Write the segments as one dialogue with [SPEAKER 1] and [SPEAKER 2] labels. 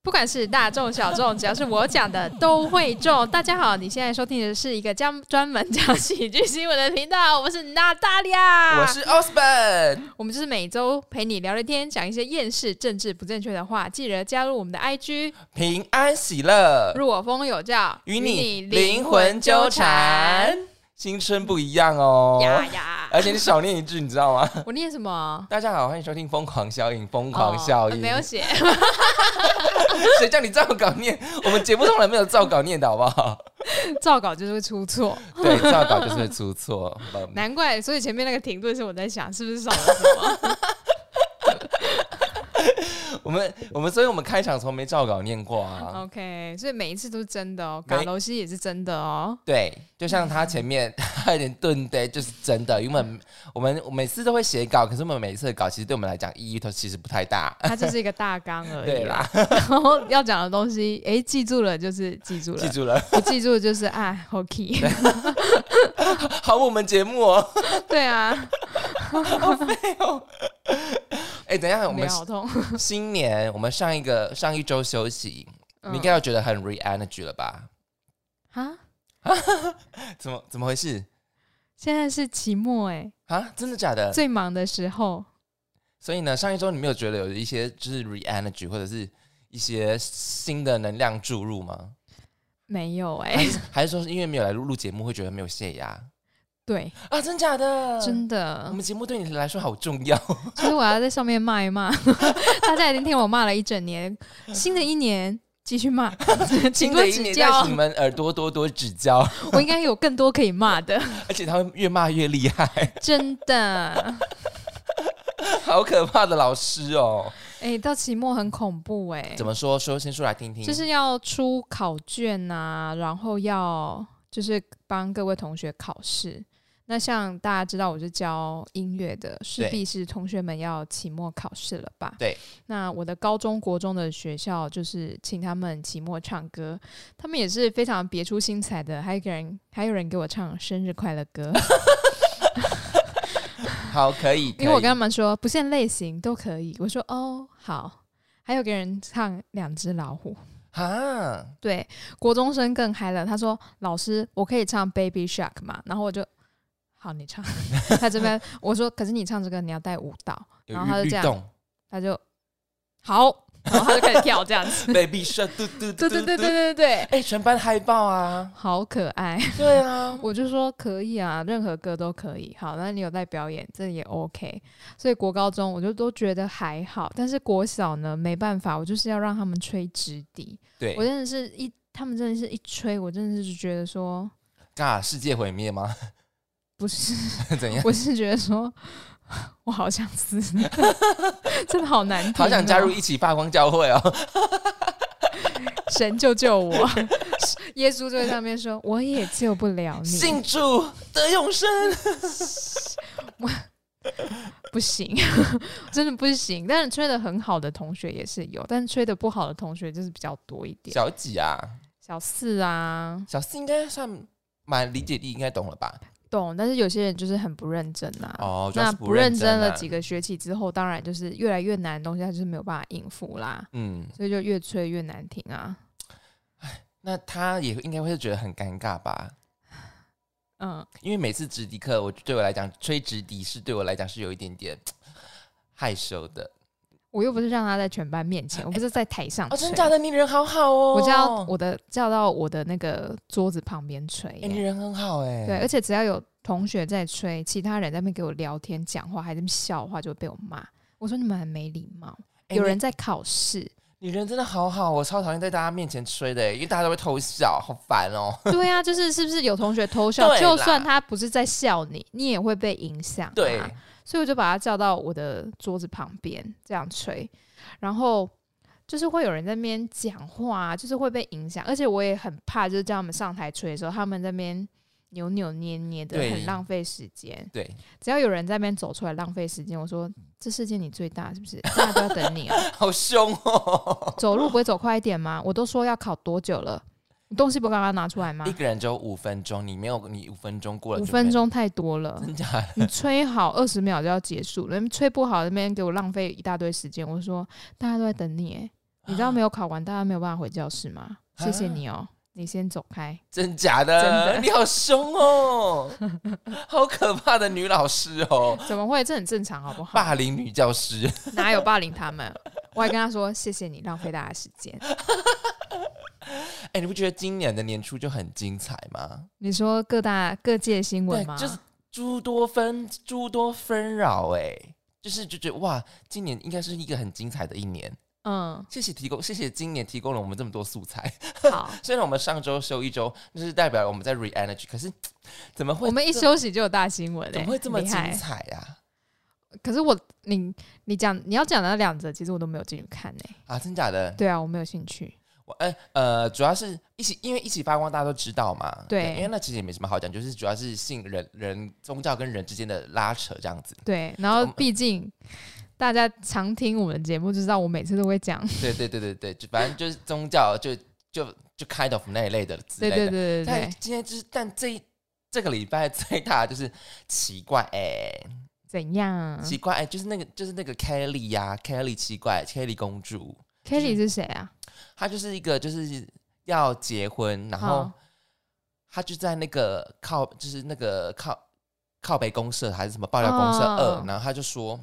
[SPEAKER 1] 不管是大众小众，只要是我讲的都会中。大家好，你现在收听的是一个将专门讲喜剧新闻的频道，我是娜大利亚，
[SPEAKER 2] 我是 Osborn，
[SPEAKER 1] 我们就是每周陪你聊聊天，讲一些厌世、政治不正确的话。记得加入我们的 IG，
[SPEAKER 2] 平安喜乐，
[SPEAKER 1] 入我风有教，
[SPEAKER 2] 与你灵魂纠缠。，新春不一样哦。
[SPEAKER 1] 呀呀！
[SPEAKER 2] 而且你少念一句，你知道吗？
[SPEAKER 1] 我念什么？
[SPEAKER 2] 大家好，欢迎收听《疯狂效应》，疯狂效
[SPEAKER 1] 哦
[SPEAKER 2] 应。
[SPEAKER 1] 没有， 写，
[SPEAKER 2] 谁叫你照稿念？我们节目从来没有照稿念的好不 好？
[SPEAKER 1] 照稿就是会出错，
[SPEAKER 2] 对，照稿就是会出错。好吧
[SPEAKER 1] 难怪。所以前面那个停顿是我在想，是不是少了什么？
[SPEAKER 2] 我们我们，所以我们开场从没照稿念过 啊。
[SPEAKER 1] OK，所以每一次都是真的哦，
[SPEAKER 2] 每
[SPEAKER 1] 港楼西也是真的哦。
[SPEAKER 2] 对，就像他前面 他有点顿呆，就是真的，因为我们我们我每次都会写稿，可是我们每次的稿其实对我们来讲意义都其实不太大。
[SPEAKER 1] 它就是一个大纲而已
[SPEAKER 2] 对啦，，
[SPEAKER 1] 然后要讲的东西，诶，记住了就是记住了，
[SPEAKER 2] 记住了，
[SPEAKER 1] 不记住就是哎，好 key。
[SPEAKER 2] 好，我们节目哦。
[SPEAKER 1] 对啊，哦
[SPEAKER 2] 哎、等一 下，我
[SPEAKER 1] 脸
[SPEAKER 2] 们
[SPEAKER 1] 好痛。
[SPEAKER 2] 新年，我们上一个上一周休息，
[SPEAKER 1] 嗯
[SPEAKER 2] 你应该要觉得很 re energy 了吧？
[SPEAKER 1] 啊，
[SPEAKER 2] 怎么怎么回事
[SPEAKER 1] 现在是期末诶，
[SPEAKER 2] 啊？真的假的？
[SPEAKER 1] 最忙的时候。
[SPEAKER 2] 所以呢，上一周你没有觉得有一些就是 re energy 或者是一些新的能量注入吗？
[SPEAKER 1] 没有诶，
[SPEAKER 2] 还是还是说是因为没有来录录节目，会觉得没有泄压
[SPEAKER 1] 对，
[SPEAKER 2] 啊？真假的？
[SPEAKER 1] 真
[SPEAKER 2] 我
[SPEAKER 1] 的，
[SPEAKER 2] 们节目对你来说好重要，
[SPEAKER 1] 其实我要在上面骂一骂， 大家已经听我骂了一整年，新的一年继续 骂，请
[SPEAKER 2] 新
[SPEAKER 1] 多
[SPEAKER 2] 的一
[SPEAKER 1] 指
[SPEAKER 2] 年
[SPEAKER 1] 教
[SPEAKER 2] 在，你们耳朵多多指教，
[SPEAKER 1] 我应该有更多可以骂的，
[SPEAKER 2] 而且他会越骂越厉害，
[SPEAKER 1] 真的。
[SPEAKER 2] 好可怕的老师哦！
[SPEAKER 1] 哎、到期末很恐怖哎、
[SPEAKER 2] 怎么说？说先说来听听，
[SPEAKER 1] 就是要出考卷呐、然后要就是帮各位同学考试。那像大家知道我是教音乐的，势
[SPEAKER 2] 对
[SPEAKER 1] 必是同学们要期末考试了吧？
[SPEAKER 2] 对。
[SPEAKER 1] 那我的高中国中的学校就是请他们期末唱歌，他们也是非常别出心裁的，还有一个人还有人给我唱生日快乐 歌，
[SPEAKER 2] 好，可以，
[SPEAKER 1] 因为我
[SPEAKER 2] 可
[SPEAKER 1] 跟
[SPEAKER 2] 以
[SPEAKER 1] 他们说不限类型都可以，我说哦好，还有个人唱两只老虎。
[SPEAKER 2] 啊，
[SPEAKER 1] 对，国中生更嗨了。他说：“老师，我可以唱 Baby Shark 嘛？”然后我就好，你唱。 他这边我说：“可是你唱这个你要带舞蹈。”
[SPEAKER 2] 有
[SPEAKER 1] 然后他
[SPEAKER 2] 律
[SPEAKER 1] 就
[SPEAKER 2] 律
[SPEAKER 1] 这样，
[SPEAKER 2] 动
[SPEAKER 1] 他就好，然后他就开始跳这样子。
[SPEAKER 2] ，baby shark，嘟嘟
[SPEAKER 1] 对
[SPEAKER 2] 嘟
[SPEAKER 1] 对
[SPEAKER 2] 嘟
[SPEAKER 1] 对对，
[SPEAKER 2] 嘟
[SPEAKER 1] 对对，
[SPEAKER 2] 哎，全班嗨爆啊！
[SPEAKER 1] 好可爱。
[SPEAKER 2] 对啊，
[SPEAKER 1] 我就说可以啊，任何歌都可以。好，那你有在表演，这也 OK。所以国高中我就都觉得还好，但是国小呢，没办法，我就是要让他们吹直笛。
[SPEAKER 2] 对
[SPEAKER 1] 我，真的是一，他们真的是一吹，我真的是觉得说。
[SPEAKER 2] 尬世界毁灭吗？
[SPEAKER 1] 不是，
[SPEAKER 2] 怎样？
[SPEAKER 1] 我是觉得说，我好想死， 真的好难听哦、
[SPEAKER 2] 好想加入一起发光教 会哦！
[SPEAKER 1] 神救救我！ 耶稣就在上面说，我也救不了你，
[SPEAKER 2] 信主得永生，
[SPEAKER 1] 不行， 真的不行。但是吹的很好的同学也是有，但是吹的不好的同学就是比较多一点。
[SPEAKER 2] 小几啊？
[SPEAKER 1] 小四啊，
[SPEAKER 2] 小四应该算蛮理解力，应该懂了吧？
[SPEAKER 1] 懂，但是有些人就是很不认真啊。
[SPEAKER 2] 哦，主要
[SPEAKER 1] 那
[SPEAKER 2] 是
[SPEAKER 1] 不认
[SPEAKER 2] 认
[SPEAKER 1] 真了
[SPEAKER 2] 啊
[SPEAKER 1] 几？个学期之后，当然就是越来越难的东西，他就是没有办法应付啦，
[SPEAKER 2] 嗯，
[SPEAKER 1] 所以就越吹越难听啊。
[SPEAKER 2] 那他也应该会觉得很尴尬吧？
[SPEAKER 1] 嗯，
[SPEAKER 2] 因为每次直笛课，我对我来讲，吹直笛是对我来讲是有一点点害羞的。
[SPEAKER 1] 我又不是让他在全班面前，我不是在台上
[SPEAKER 2] 哦，
[SPEAKER 1] 吹，
[SPEAKER 2] 真假的？你人好好哦！
[SPEAKER 1] 我叫我的叫到我的那个桌子旁边吹
[SPEAKER 2] 哎、
[SPEAKER 1] 耶、
[SPEAKER 2] 你人很好哎、
[SPEAKER 1] 对，而且只要有同学在吹，其他人在那边给我聊天讲话，还在那边笑话，就会被我骂。我说你们很没礼貌，
[SPEAKER 2] 哎
[SPEAKER 1] 有人在考试。
[SPEAKER 2] 你你人真的好好，我超讨厌在大家面前吹的、欸因为大家都会偷笑，好烦哦、
[SPEAKER 1] 对啊，就是是不是有同学偷笑？
[SPEAKER 2] 对啦
[SPEAKER 1] 就算他不是在笑你，你也会被影响、啊
[SPEAKER 2] 对，
[SPEAKER 1] 所以我就把他叫到我的桌子旁边这样吹，然后就是会有人在那边讲话啊，就是会被影响，而且我也很怕，就是叫他们上台吹的时候，他们在那边扭扭捏捏的，
[SPEAKER 2] 对
[SPEAKER 1] 很浪费时间。
[SPEAKER 2] 对，
[SPEAKER 1] 只要有人在那边走出来浪费时间，我说这世界你最大是不是？大家都要等 你哦、
[SPEAKER 2] 好凶哦、
[SPEAKER 1] 走路不会走快一点吗？我都说要考多久了，你东西不刚刚拿出来吗
[SPEAKER 2] 一？个人只有五分钟，你没有你五分钟过了
[SPEAKER 1] 啊五
[SPEAKER 2] 就
[SPEAKER 1] 分
[SPEAKER 2] 没
[SPEAKER 1] 钟太多了
[SPEAKER 2] 了，，真假的？
[SPEAKER 1] 你吹好二十秒就要结束了，你吹不好那边给我浪费一大堆时间。我说大家都在等你、欸，你
[SPEAKER 2] 啊
[SPEAKER 1] 知道没有考完大家没有办法回教室吗？谢谢你哦，你先走开。
[SPEAKER 2] 真假的？
[SPEAKER 1] 真的
[SPEAKER 2] 你好凶哦，好可怕的女老师哦，
[SPEAKER 1] 怎么会？这很正常，好不好？
[SPEAKER 2] 霸凌女教师，
[SPEAKER 1] 哪有霸凌他们？我还跟他说谢谢你浪费大家时间。
[SPEAKER 2] 哎、你不觉得今年的年初就很精彩吗？
[SPEAKER 1] 你说各大各界新闻吗？
[SPEAKER 2] 就是诸多纷诸多纷扰，哎，就是就觉得哇，今年应该是一个很精彩的一年。
[SPEAKER 1] 嗯，
[SPEAKER 2] 谢谢提供，谢谢今年提供了我们这么多素材。
[SPEAKER 1] 好，
[SPEAKER 2] 虽然我们上周休一周，那是代表我们在 re energy，可是怎么会
[SPEAKER 1] 我们一
[SPEAKER 2] 这
[SPEAKER 1] 休息就有大新闻、欸，
[SPEAKER 2] 怎么会这么
[SPEAKER 1] 厉
[SPEAKER 2] 精
[SPEAKER 1] 害？
[SPEAKER 2] 彩啊呀、
[SPEAKER 1] 可是我，你你讲你要讲的那两则，其实我都没有进去看呢、
[SPEAKER 2] 啊？真假的？
[SPEAKER 1] 对啊，我没有兴趣。
[SPEAKER 2] 我呃呃，主要是一起，因为一起发光，大家都知道嘛。
[SPEAKER 1] 对
[SPEAKER 2] 因为那其实也没什么好讲，就是主要是信人人宗教跟人之间的拉扯这样子。
[SPEAKER 1] 对，然
[SPEAKER 2] 我
[SPEAKER 1] 后
[SPEAKER 2] 们
[SPEAKER 1] 毕竟大家常听我们的节目，就知道我每次都会讲。
[SPEAKER 2] 对对对对对，就反正就是宗教就就就 kind of 那一类的之
[SPEAKER 1] 对
[SPEAKER 2] 类的。
[SPEAKER 1] 对对对
[SPEAKER 2] 但
[SPEAKER 1] 对，
[SPEAKER 2] 今天就是，但这一这个礼拜最大的就是奇怪哎、
[SPEAKER 1] 怎样
[SPEAKER 2] 奇怪哎、就是那个就是那个 Kelly 呀、Kelly 奇怪 Kelly 公主，
[SPEAKER 1] ？Kelly 是谁啊？
[SPEAKER 2] 她就是一个就是要结婚，然后
[SPEAKER 1] 好
[SPEAKER 2] 她就在那个靠就是那个靠靠北公社还是什么爆料公社
[SPEAKER 1] 哦
[SPEAKER 2] 二、然后她就说，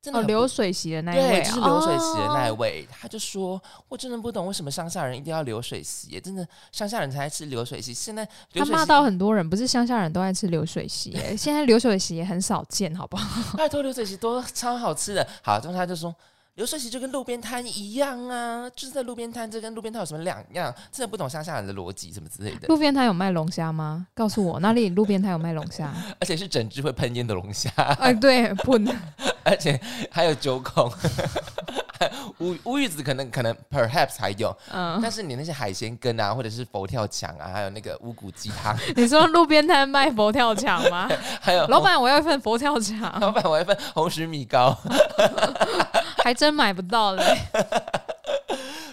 [SPEAKER 2] 真
[SPEAKER 1] 哦，
[SPEAKER 2] 的很不
[SPEAKER 1] 流水席的那一位
[SPEAKER 2] 对，
[SPEAKER 1] 啊，
[SPEAKER 2] 就是流水席的那一
[SPEAKER 1] 哦
[SPEAKER 2] 位，他就说：“我真的不懂为什么乡下人一定要流水席，真的乡下人才爱吃流水席。现在
[SPEAKER 1] 他
[SPEAKER 2] 流水
[SPEAKER 1] 骂
[SPEAKER 2] 席，
[SPEAKER 1] 到很多人，不是乡下人都爱吃流水席耶，现在流水席也很少见，好不好？
[SPEAKER 2] 拜托流水席多超好吃的。”好，然后他就说。流水席就跟路边摊一样啊，就是在路边摊，这跟路边摊有什么两样？真的不懂乡下人的逻辑什么之类的，
[SPEAKER 1] 路边摊有卖龙虾吗？告诉我哪里路边摊有卖龙 虾？
[SPEAKER 2] 而且是整只会喷烟的龙虾，
[SPEAKER 1] 哎，对，不能，
[SPEAKER 2] 而且还有九孔， 乌乌鱼子可能可能 perhaps 还有，
[SPEAKER 1] 嗯，
[SPEAKER 2] 但是你那些海鲜羹啊，或者是佛跳墙啊，还有那个乌骨鸡汤，
[SPEAKER 1] 你说路边摊卖佛跳墙吗？
[SPEAKER 2] 还有
[SPEAKER 1] 老板，我要一份佛跳墙，
[SPEAKER 2] 老板，我要一份红石米糕。
[SPEAKER 1] 还真买不到嘞。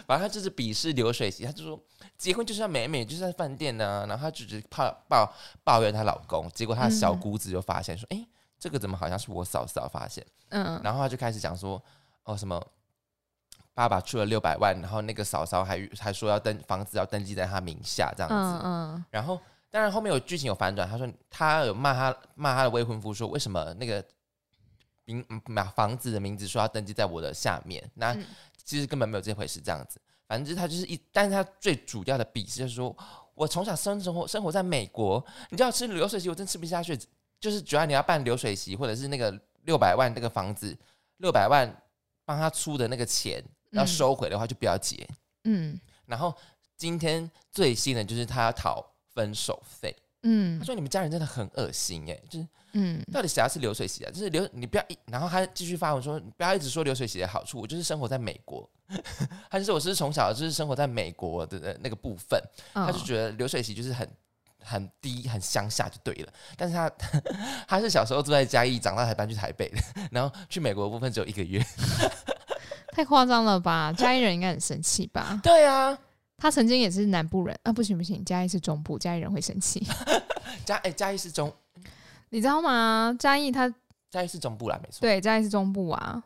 [SPEAKER 2] 反正他就是鄙视流水席，他就说结婚就是要美美，就是在饭店呢、然后他就只抱抱抱怨她老公，结果她的小姑子就发现说：“哎、这个怎么好像是我嫂嫂发现？”
[SPEAKER 1] 嗯，
[SPEAKER 2] 然后他就开始讲说：“哦，什么爸爸出了六百万，然后那个嫂嫂还还说要登房子要登记在他名下这样子。
[SPEAKER 1] 嗯嗯，
[SPEAKER 2] 然后当然后面有剧情有反转，他说他有骂他骂他的未婚夫说为什么那个名把房子的名字说要登记在我的下面，那
[SPEAKER 1] 嗯
[SPEAKER 2] 其实根本没有这回事，这样子。反正就是他就是一，但是他最主要的鄙视就是说，我从小生生活生活在美国，你就要吃流水席，我真吃不下去。就是主要你要办流水席，或者是那个六百万那个房子，六百万帮他出的那个钱要
[SPEAKER 1] 嗯
[SPEAKER 2] 收回的话，就不要结。
[SPEAKER 1] 嗯
[SPEAKER 2] 然后今天最新的就是他要讨分手费，他
[SPEAKER 1] 嗯
[SPEAKER 2] 说你们家人真的很恶心哎、就是
[SPEAKER 1] 嗯，
[SPEAKER 2] 到底谁要吃流水席啊？就是流你不要一，然后他继续发文说你不要一直说流水席的好处，我就是生活在美国， 他就说我是从小就是生活在美国的那个部分，他
[SPEAKER 1] 他
[SPEAKER 2] 就觉得流水席就是很。很低，很乡下就对了。但是他 他是小时候住在嘉义，长大才搬去台北的。 然后去美国的部分只有一个月。
[SPEAKER 1] 太夸张了吧？嘉义人应该很生气吧？
[SPEAKER 2] 对啊，
[SPEAKER 1] 他曾经也是南部人啊，不行不行，嘉义是中部，嘉义人会生 气，
[SPEAKER 2] 嘉哎、嘉义是中
[SPEAKER 1] 你知道吗？嘉义他
[SPEAKER 2] 嘉义是中部啦，没错。
[SPEAKER 1] 对嘉义是中部啊，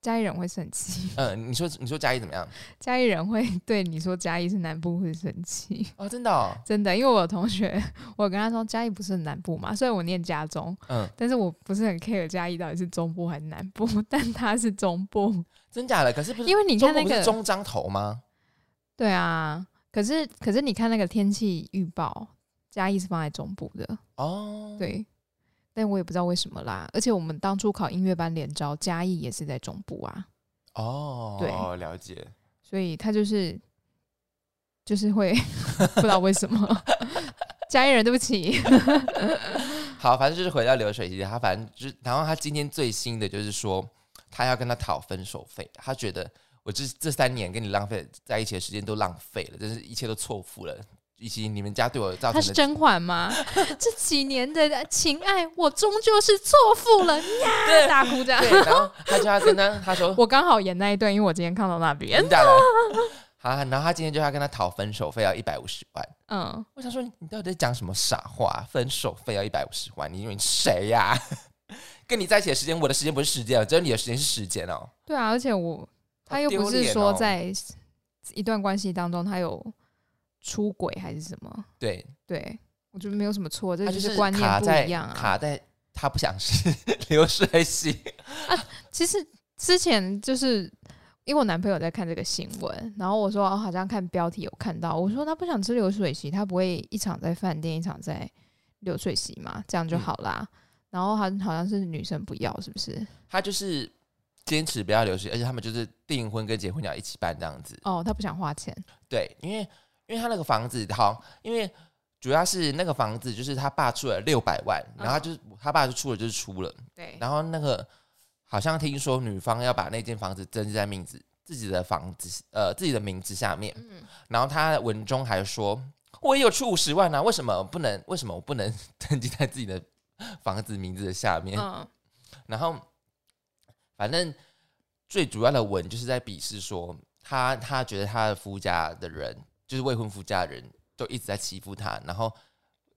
[SPEAKER 1] 嘉义人会生气，
[SPEAKER 2] 嗯，你说你说嘉义怎么样？
[SPEAKER 1] 嘉义人会对你说嘉义是南部会生气。
[SPEAKER 2] 哦，真的、哦，
[SPEAKER 1] 真的，因为我有同学， 我跟他说嘉义不是很南部嘛，虽然我念家中，
[SPEAKER 2] 嗯，
[SPEAKER 1] 但是我不是很 care 嘉义到底是中部还是南部， 但他是中部，
[SPEAKER 2] 真假的？可是不是
[SPEAKER 1] 因为你
[SPEAKER 2] 中
[SPEAKER 1] 看
[SPEAKER 2] 国
[SPEAKER 1] 那
[SPEAKER 2] 不是
[SPEAKER 1] 个，
[SPEAKER 2] 中章头吗？
[SPEAKER 1] 对啊，可是可是你看那个天气预报，嘉义是放在中部的，
[SPEAKER 2] 哦，，
[SPEAKER 1] 对，但我也不知道为什么啦。而且我们当初考音乐班联招，嘉义也是在中部啊，
[SPEAKER 2] 哦，
[SPEAKER 1] 对，
[SPEAKER 2] 了解。
[SPEAKER 1] 所以他就是就是会 不知道为什么， 嘉义人对不起，
[SPEAKER 2] 好，反正就是回到流水席，他反正就是，然后他今天最新的就是说，他要跟他讨分手费，他觉得我这这三年跟你浪费在一起的时间都浪费了，真是一切都错付了，以及你们家对我造
[SPEAKER 1] 他是
[SPEAKER 2] 成的，
[SPEAKER 1] 甄嬛吗？ 这几年的呃情爱，我终究是错付了呀，大哭这样。
[SPEAKER 2] 对，然后他就要跟他，他说
[SPEAKER 1] 我刚好演那一段，因为我今天看到那边，
[SPEAKER 2] 真假的，好，然后他今天就要跟他讨分手费要一百五十万。
[SPEAKER 1] 嗯，
[SPEAKER 2] 我想说，你到底在讲什么傻话？啊分手费要一百五十万，你以为你谁呀、 啊跟你在一起的时间，我的时间不是时间哦，只有你的时间是时间哦。
[SPEAKER 1] 对啊，而且我他又
[SPEAKER 2] 丢
[SPEAKER 1] 不是
[SPEAKER 2] 脸
[SPEAKER 1] 说
[SPEAKER 2] 哦
[SPEAKER 1] 在一段关系当中他有出轨还是什么？
[SPEAKER 2] 对，
[SPEAKER 1] 对我觉得没有什么错，这
[SPEAKER 2] 他
[SPEAKER 1] 就是是观
[SPEAKER 2] 卡
[SPEAKER 1] 念不
[SPEAKER 2] 在
[SPEAKER 1] 一样啊。
[SPEAKER 2] 卡在他不想是 流水席，
[SPEAKER 1] 其实之前就是。因为我男朋友在看这个新闻，然后我说哦，好像看标题有看到，我说他不想吃流水席，他不会一场在饭店，一场在流水席嘛，这样就
[SPEAKER 2] 嗯
[SPEAKER 1] 好啦。然后他好像是女生不要，是不是？
[SPEAKER 2] 他就是坚持不要流水席，而且他们就是订婚跟结婚要一起办这样子。
[SPEAKER 1] 哦，他不想花钱，
[SPEAKER 2] 对，因为因为他那个房子好，因为主要是那个房子就是他爸出了六百万，然后他就是、他爸就出了就是出了，
[SPEAKER 1] 对
[SPEAKER 2] 然后那个好像听说女方要把那间房子登记在名字自己的房子呃自己的名字下面，
[SPEAKER 1] 嗯，
[SPEAKER 2] 然后他文中还说我也有出五十万啊，为什么不能为什么我不能 登记在自己的房子名字的下面？
[SPEAKER 1] 嗯，
[SPEAKER 2] 然后反正最主要的文就是在鄙视说他，他觉得他的夫家的人，就是未婚夫家的人，都一直在欺负他。然后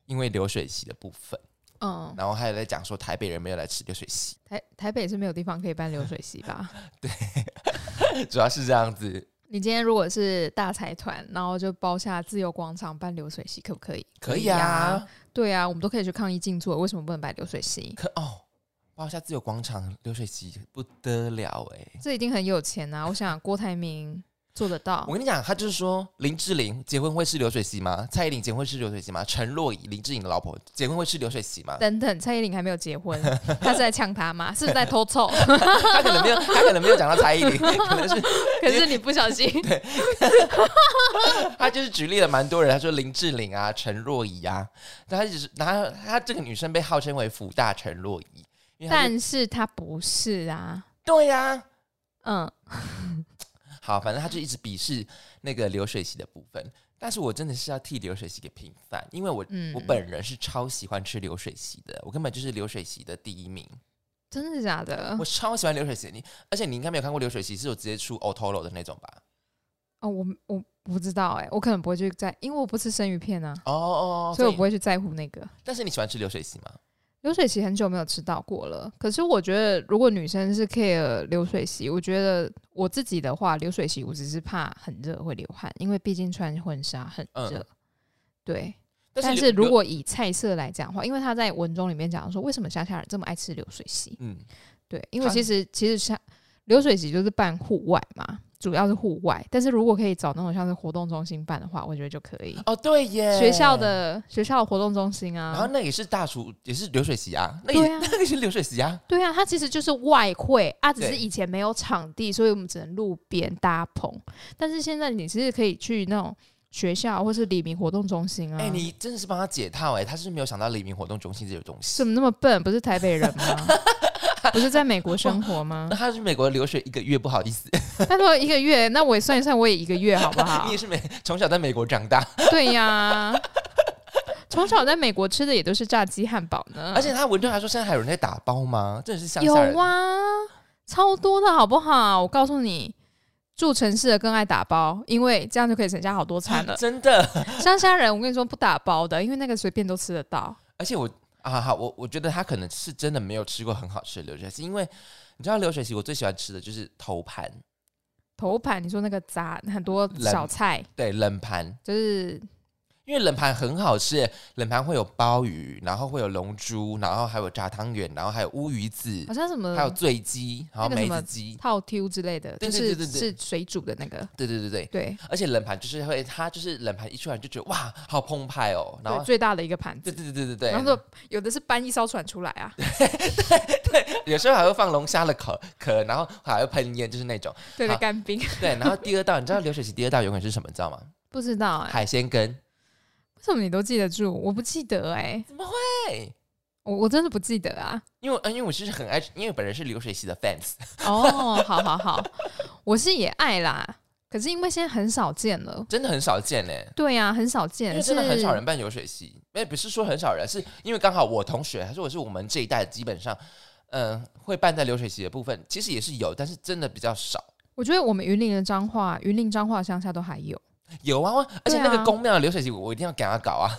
[SPEAKER 2] 因为流水席的部分，
[SPEAKER 1] 嗯，
[SPEAKER 2] 然后还有在讲说台北人没有来吃流水席，
[SPEAKER 1] 台台北是没有地方可以办流水席吧？
[SPEAKER 2] 主要是这样子，
[SPEAKER 1] 你今天如果是大财团，然后就包下自由广场办流水席，可不可以？
[SPEAKER 2] 可以啊，
[SPEAKER 1] 对啊，我们都可以去抗议静坐，为什么不能办流水席？
[SPEAKER 2] 可哦。包下自由广场流水席不得了哎、
[SPEAKER 1] 这一定很有钱啊！我想郭台铭做得到
[SPEAKER 2] 我。跟你讲，他就是说林志玲结婚会吃流水席吗？蔡依林结婚会吃流水席吗？陈若仪林志颖的老婆结婚会吃流水席 吗？
[SPEAKER 1] 等等，蔡依林还没有结婚，他是在呛他吗？是不是在偷 凑？
[SPEAKER 2] 他可能没有，他可能没有讲到蔡依林， 可能是
[SPEAKER 1] 可是你不小心，
[SPEAKER 2] 他就是举例了蛮多人，他说林志玲啊、陈若仪啊，但他只是然后他这个女生被号称为福大陈若仪，因为她是
[SPEAKER 1] 但是他不是啊。
[SPEAKER 2] 对呀、
[SPEAKER 1] 嗯，
[SPEAKER 2] 好，反正他就一直鄙视那个流水席的部分。但是我真的是要替流水席给平反，因为我、
[SPEAKER 1] 嗯
[SPEAKER 2] 我本人是超喜欢吃流水席的，我根本就是流水席的第一名，
[SPEAKER 1] 真的假的
[SPEAKER 2] 我？超喜欢流水席。你而且你应该没有看过流水席，是有直接出 o t o r o 的那种吧？
[SPEAKER 1] 哦，我我不知道哎、我可能不会去在，因为我不吃生鱼片啊，
[SPEAKER 2] 哦哦，哦
[SPEAKER 1] 所以我不会去在乎那个。
[SPEAKER 2] 但是你喜欢吃流水席吗？
[SPEAKER 1] 流水席很久没有吃到过了，可是我觉得如果女生是 care 流水席，我觉得我自己的话，流水席我只是怕很热会流汗，因为毕竟穿婚纱很热。
[SPEAKER 2] 嗯
[SPEAKER 1] 对，
[SPEAKER 2] 但
[SPEAKER 1] 但
[SPEAKER 2] 流
[SPEAKER 1] 是如
[SPEAKER 2] 流
[SPEAKER 1] 果以菜色来讲的话，因为他在文中里面讲说，为什么乡下人这么爱吃流水席？
[SPEAKER 2] 嗯，
[SPEAKER 1] 对，因为
[SPEAKER 2] 它
[SPEAKER 1] 其实其实像流水席就是办户外嘛，主要是户外。但是如果可以找那种像是活动中心办的话，我觉得就可以。
[SPEAKER 2] 哦对耶，
[SPEAKER 1] 学校的学校的活动中心
[SPEAKER 2] 然后
[SPEAKER 1] 啊，
[SPEAKER 2] 那也是大厨，也是流水席啊，那也、
[SPEAKER 1] 对啊
[SPEAKER 2] 那个是流水席啊，
[SPEAKER 1] 对啊，它其实就是外汇啊，只是
[SPEAKER 2] 对
[SPEAKER 1] 以前没有场地，所以我们只能路边搭棚。但是现在你是可以去那种学校或是黎明活动中心啊。
[SPEAKER 2] 哎、你真的是帮他解套哎、他是没有想到黎明活动中心这个东西，
[SPEAKER 1] 怎么那么笨？不是台北人吗？不是在美国生活吗
[SPEAKER 2] 那？他是美国留学一个月，不好意思，
[SPEAKER 1] 他说一个月，那我也算一算，我也一个月好不好
[SPEAKER 2] 你也？是美从小在美国长大，
[SPEAKER 1] 对呀、从小在美国吃的也都是炸鸡汉堡呢，
[SPEAKER 2] 而且他文中还说现在还有人在打包吗？真的是乡
[SPEAKER 1] 嗯有
[SPEAKER 2] 下人，。
[SPEAKER 1] 啊，超多的好不好？我告诉你，住城市的更爱打包，因为这样就可以省下好多餐了
[SPEAKER 2] 真的，
[SPEAKER 1] 乡下人，我跟你说不打包的，因为那个随便都吃得到。
[SPEAKER 2] 而且我啊好，我我觉得他可能是真的没有吃过很好吃的流水席，因为你知道流水席我最喜欢吃的就是头盘，
[SPEAKER 1] 头盘，你说那个杂很多
[SPEAKER 2] 冷
[SPEAKER 1] 小菜，
[SPEAKER 2] 对冷盘，
[SPEAKER 1] 就是
[SPEAKER 2] 因为冷盘很好吃耶，冷盘会有鲍鱼，然后会有龙珠，然后还有炸汤圆，然后还有乌鱼子
[SPEAKER 1] 好，像什么
[SPEAKER 2] 还有醉鸡，还有
[SPEAKER 1] 那个
[SPEAKER 2] 梅
[SPEAKER 1] 什么
[SPEAKER 2] 子鸡，
[SPEAKER 1] 套 Q 之类的，
[SPEAKER 2] 对
[SPEAKER 1] 就
[SPEAKER 2] 对
[SPEAKER 1] 是
[SPEAKER 2] 对对对
[SPEAKER 1] 是水煮的那个，
[SPEAKER 2] 对对对对，
[SPEAKER 1] 对
[SPEAKER 2] 而且冷盘就是会，它就是冷盘一出来就觉得哇，好澎湃哦，然
[SPEAKER 1] 对，
[SPEAKER 2] 后
[SPEAKER 1] 最大的一个盘
[SPEAKER 2] 对
[SPEAKER 1] 子。
[SPEAKER 2] 对对对
[SPEAKER 1] 然后
[SPEAKER 2] 对
[SPEAKER 1] 说有的是搬一艘船出来啊，
[SPEAKER 2] 对，有时候还会放龙虾的壳壳，然后还会喷烟，就是那种
[SPEAKER 1] 对的
[SPEAKER 2] 好
[SPEAKER 1] 干冰，
[SPEAKER 2] 对。然后第二道，你知道流水席第二道永远是什么？你知道吗？
[SPEAKER 1] 不知道 哎、
[SPEAKER 2] 海鲜羹。
[SPEAKER 1] 为什么你都记得住？我不记得哎、
[SPEAKER 2] 怎么会？
[SPEAKER 1] 我我真的不记得啊。
[SPEAKER 2] 因为呃因为我是很爱吃，因为本人是流水席的 fans，
[SPEAKER 1] 哦，好好好，我是也爱啦，可是因为现在很少见了。
[SPEAKER 2] 真的很少见嘞。
[SPEAKER 1] 对啊，很少
[SPEAKER 2] 因
[SPEAKER 1] 见，
[SPEAKER 2] 为真的
[SPEAKER 1] 是
[SPEAKER 2] 很少人办流水席，哎，不是说很少人，是因为刚好我同学，还是我是我们这一代，基本上，嗯、会办在流水席的部分，其实也是有，但是真的比较少。
[SPEAKER 1] 我觉得我们云林的彰化、云林彰化乡下都还有，
[SPEAKER 2] 有啊，我而且那
[SPEAKER 1] 对
[SPEAKER 2] 个
[SPEAKER 1] 啊
[SPEAKER 2] 公庙的流水席，我一定要给他搞啊。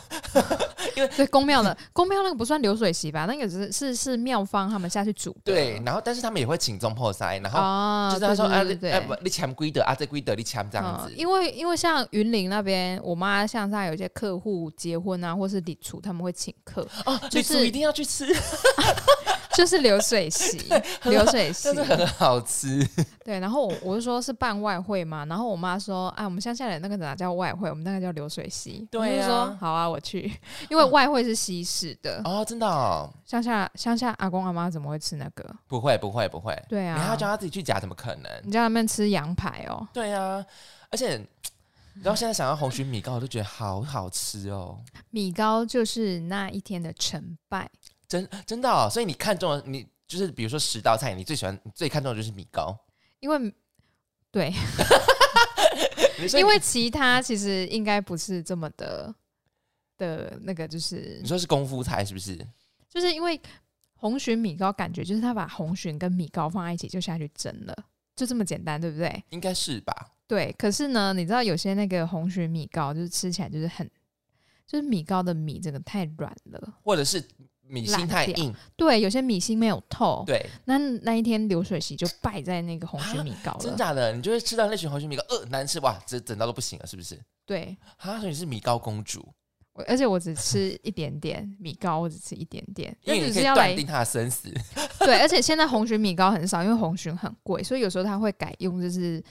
[SPEAKER 1] 对，公庙的公庙那个不算流水席吧？那个只是是是庙方他们下去煮的。
[SPEAKER 2] 对，然后但是他们也会请中破塞，然后
[SPEAKER 1] 啊，
[SPEAKER 2] 就是他说啊，
[SPEAKER 1] 对
[SPEAKER 2] 你
[SPEAKER 1] 对
[SPEAKER 2] 啊
[SPEAKER 1] 对
[SPEAKER 2] 不，你签规的啊，这规的你签这样
[SPEAKER 1] 嗯
[SPEAKER 2] 子。
[SPEAKER 1] 因为因为像云林那边，我妈像她有一些客户结婚啊，或是礼厨，他们会请客，
[SPEAKER 2] 哦，
[SPEAKER 1] 就
[SPEAKER 2] 你煮
[SPEAKER 1] 是
[SPEAKER 2] 一定要去吃，
[SPEAKER 1] 就是流水席，流水席
[SPEAKER 2] 真。的很好吃。
[SPEAKER 1] 对，然后我我就说是办外汇嘛，然后我妈说，哎，我们乡下人那个哪叫外汇，我们那个叫流水席。
[SPEAKER 2] 对
[SPEAKER 1] 我就说
[SPEAKER 2] 啊
[SPEAKER 1] 好啊，我 去，因为外汇是西式的，
[SPEAKER 2] 哦，真的哦，
[SPEAKER 1] 乡下乡下阿公阿妈怎么会吃那个？
[SPEAKER 2] 不会不会不会，
[SPEAKER 1] 对
[SPEAKER 2] 你
[SPEAKER 1] 啊，
[SPEAKER 2] 还要叫他自己去夹，怎么可能？
[SPEAKER 1] 你叫他们吃羊排哦。
[SPEAKER 2] 对啊，而且你知道现在想要红曲米糕，我都觉得好好吃哦，
[SPEAKER 1] 米糕就是那一天的成败，
[SPEAKER 2] 真真的哦。所以你看中了你就是比如说十道菜，你最喜欢、你最看重的就是米糕，
[SPEAKER 1] 因为对，
[SPEAKER 2] 所以
[SPEAKER 1] 因为其他其实应该不是这么的的那个，就是
[SPEAKER 2] 你说是功夫菜是不是？
[SPEAKER 1] 就是因为红鲟米糕，感觉就是他把红鲟跟米糕放在一起就下去蒸了，就这么简单，对不对？
[SPEAKER 2] 应该是吧？
[SPEAKER 1] 对。可是呢，你知道有些那个红鲟米糕，就是吃起来就是很，就是米糕的米这个太软了，
[SPEAKER 2] 或者是米心
[SPEAKER 1] 烂
[SPEAKER 2] 太
[SPEAKER 1] 掉
[SPEAKER 2] 硬，
[SPEAKER 1] 对，有些米心没有透。
[SPEAKER 2] 对，
[SPEAKER 1] 那那一天流水席就败在那个红鲟米糕
[SPEAKER 2] 啊真
[SPEAKER 1] 了，
[SPEAKER 2] 假的，你就会吃到那群红曲米糕，呃，难吃哇，整整道都不行了，是不是？
[SPEAKER 1] 对。
[SPEAKER 2] 啊，所以你是米糕公主，
[SPEAKER 1] 我而且我只吃一点点米糕，我只吃一点点，那
[SPEAKER 2] 因为
[SPEAKER 1] 只
[SPEAKER 2] 你可
[SPEAKER 1] 是
[SPEAKER 2] 以
[SPEAKER 1] 要来
[SPEAKER 2] 断定她 的生死。
[SPEAKER 1] 对，而且现在红鲟米糕很少，因为红鲟很贵，所以有时候他会改用，就是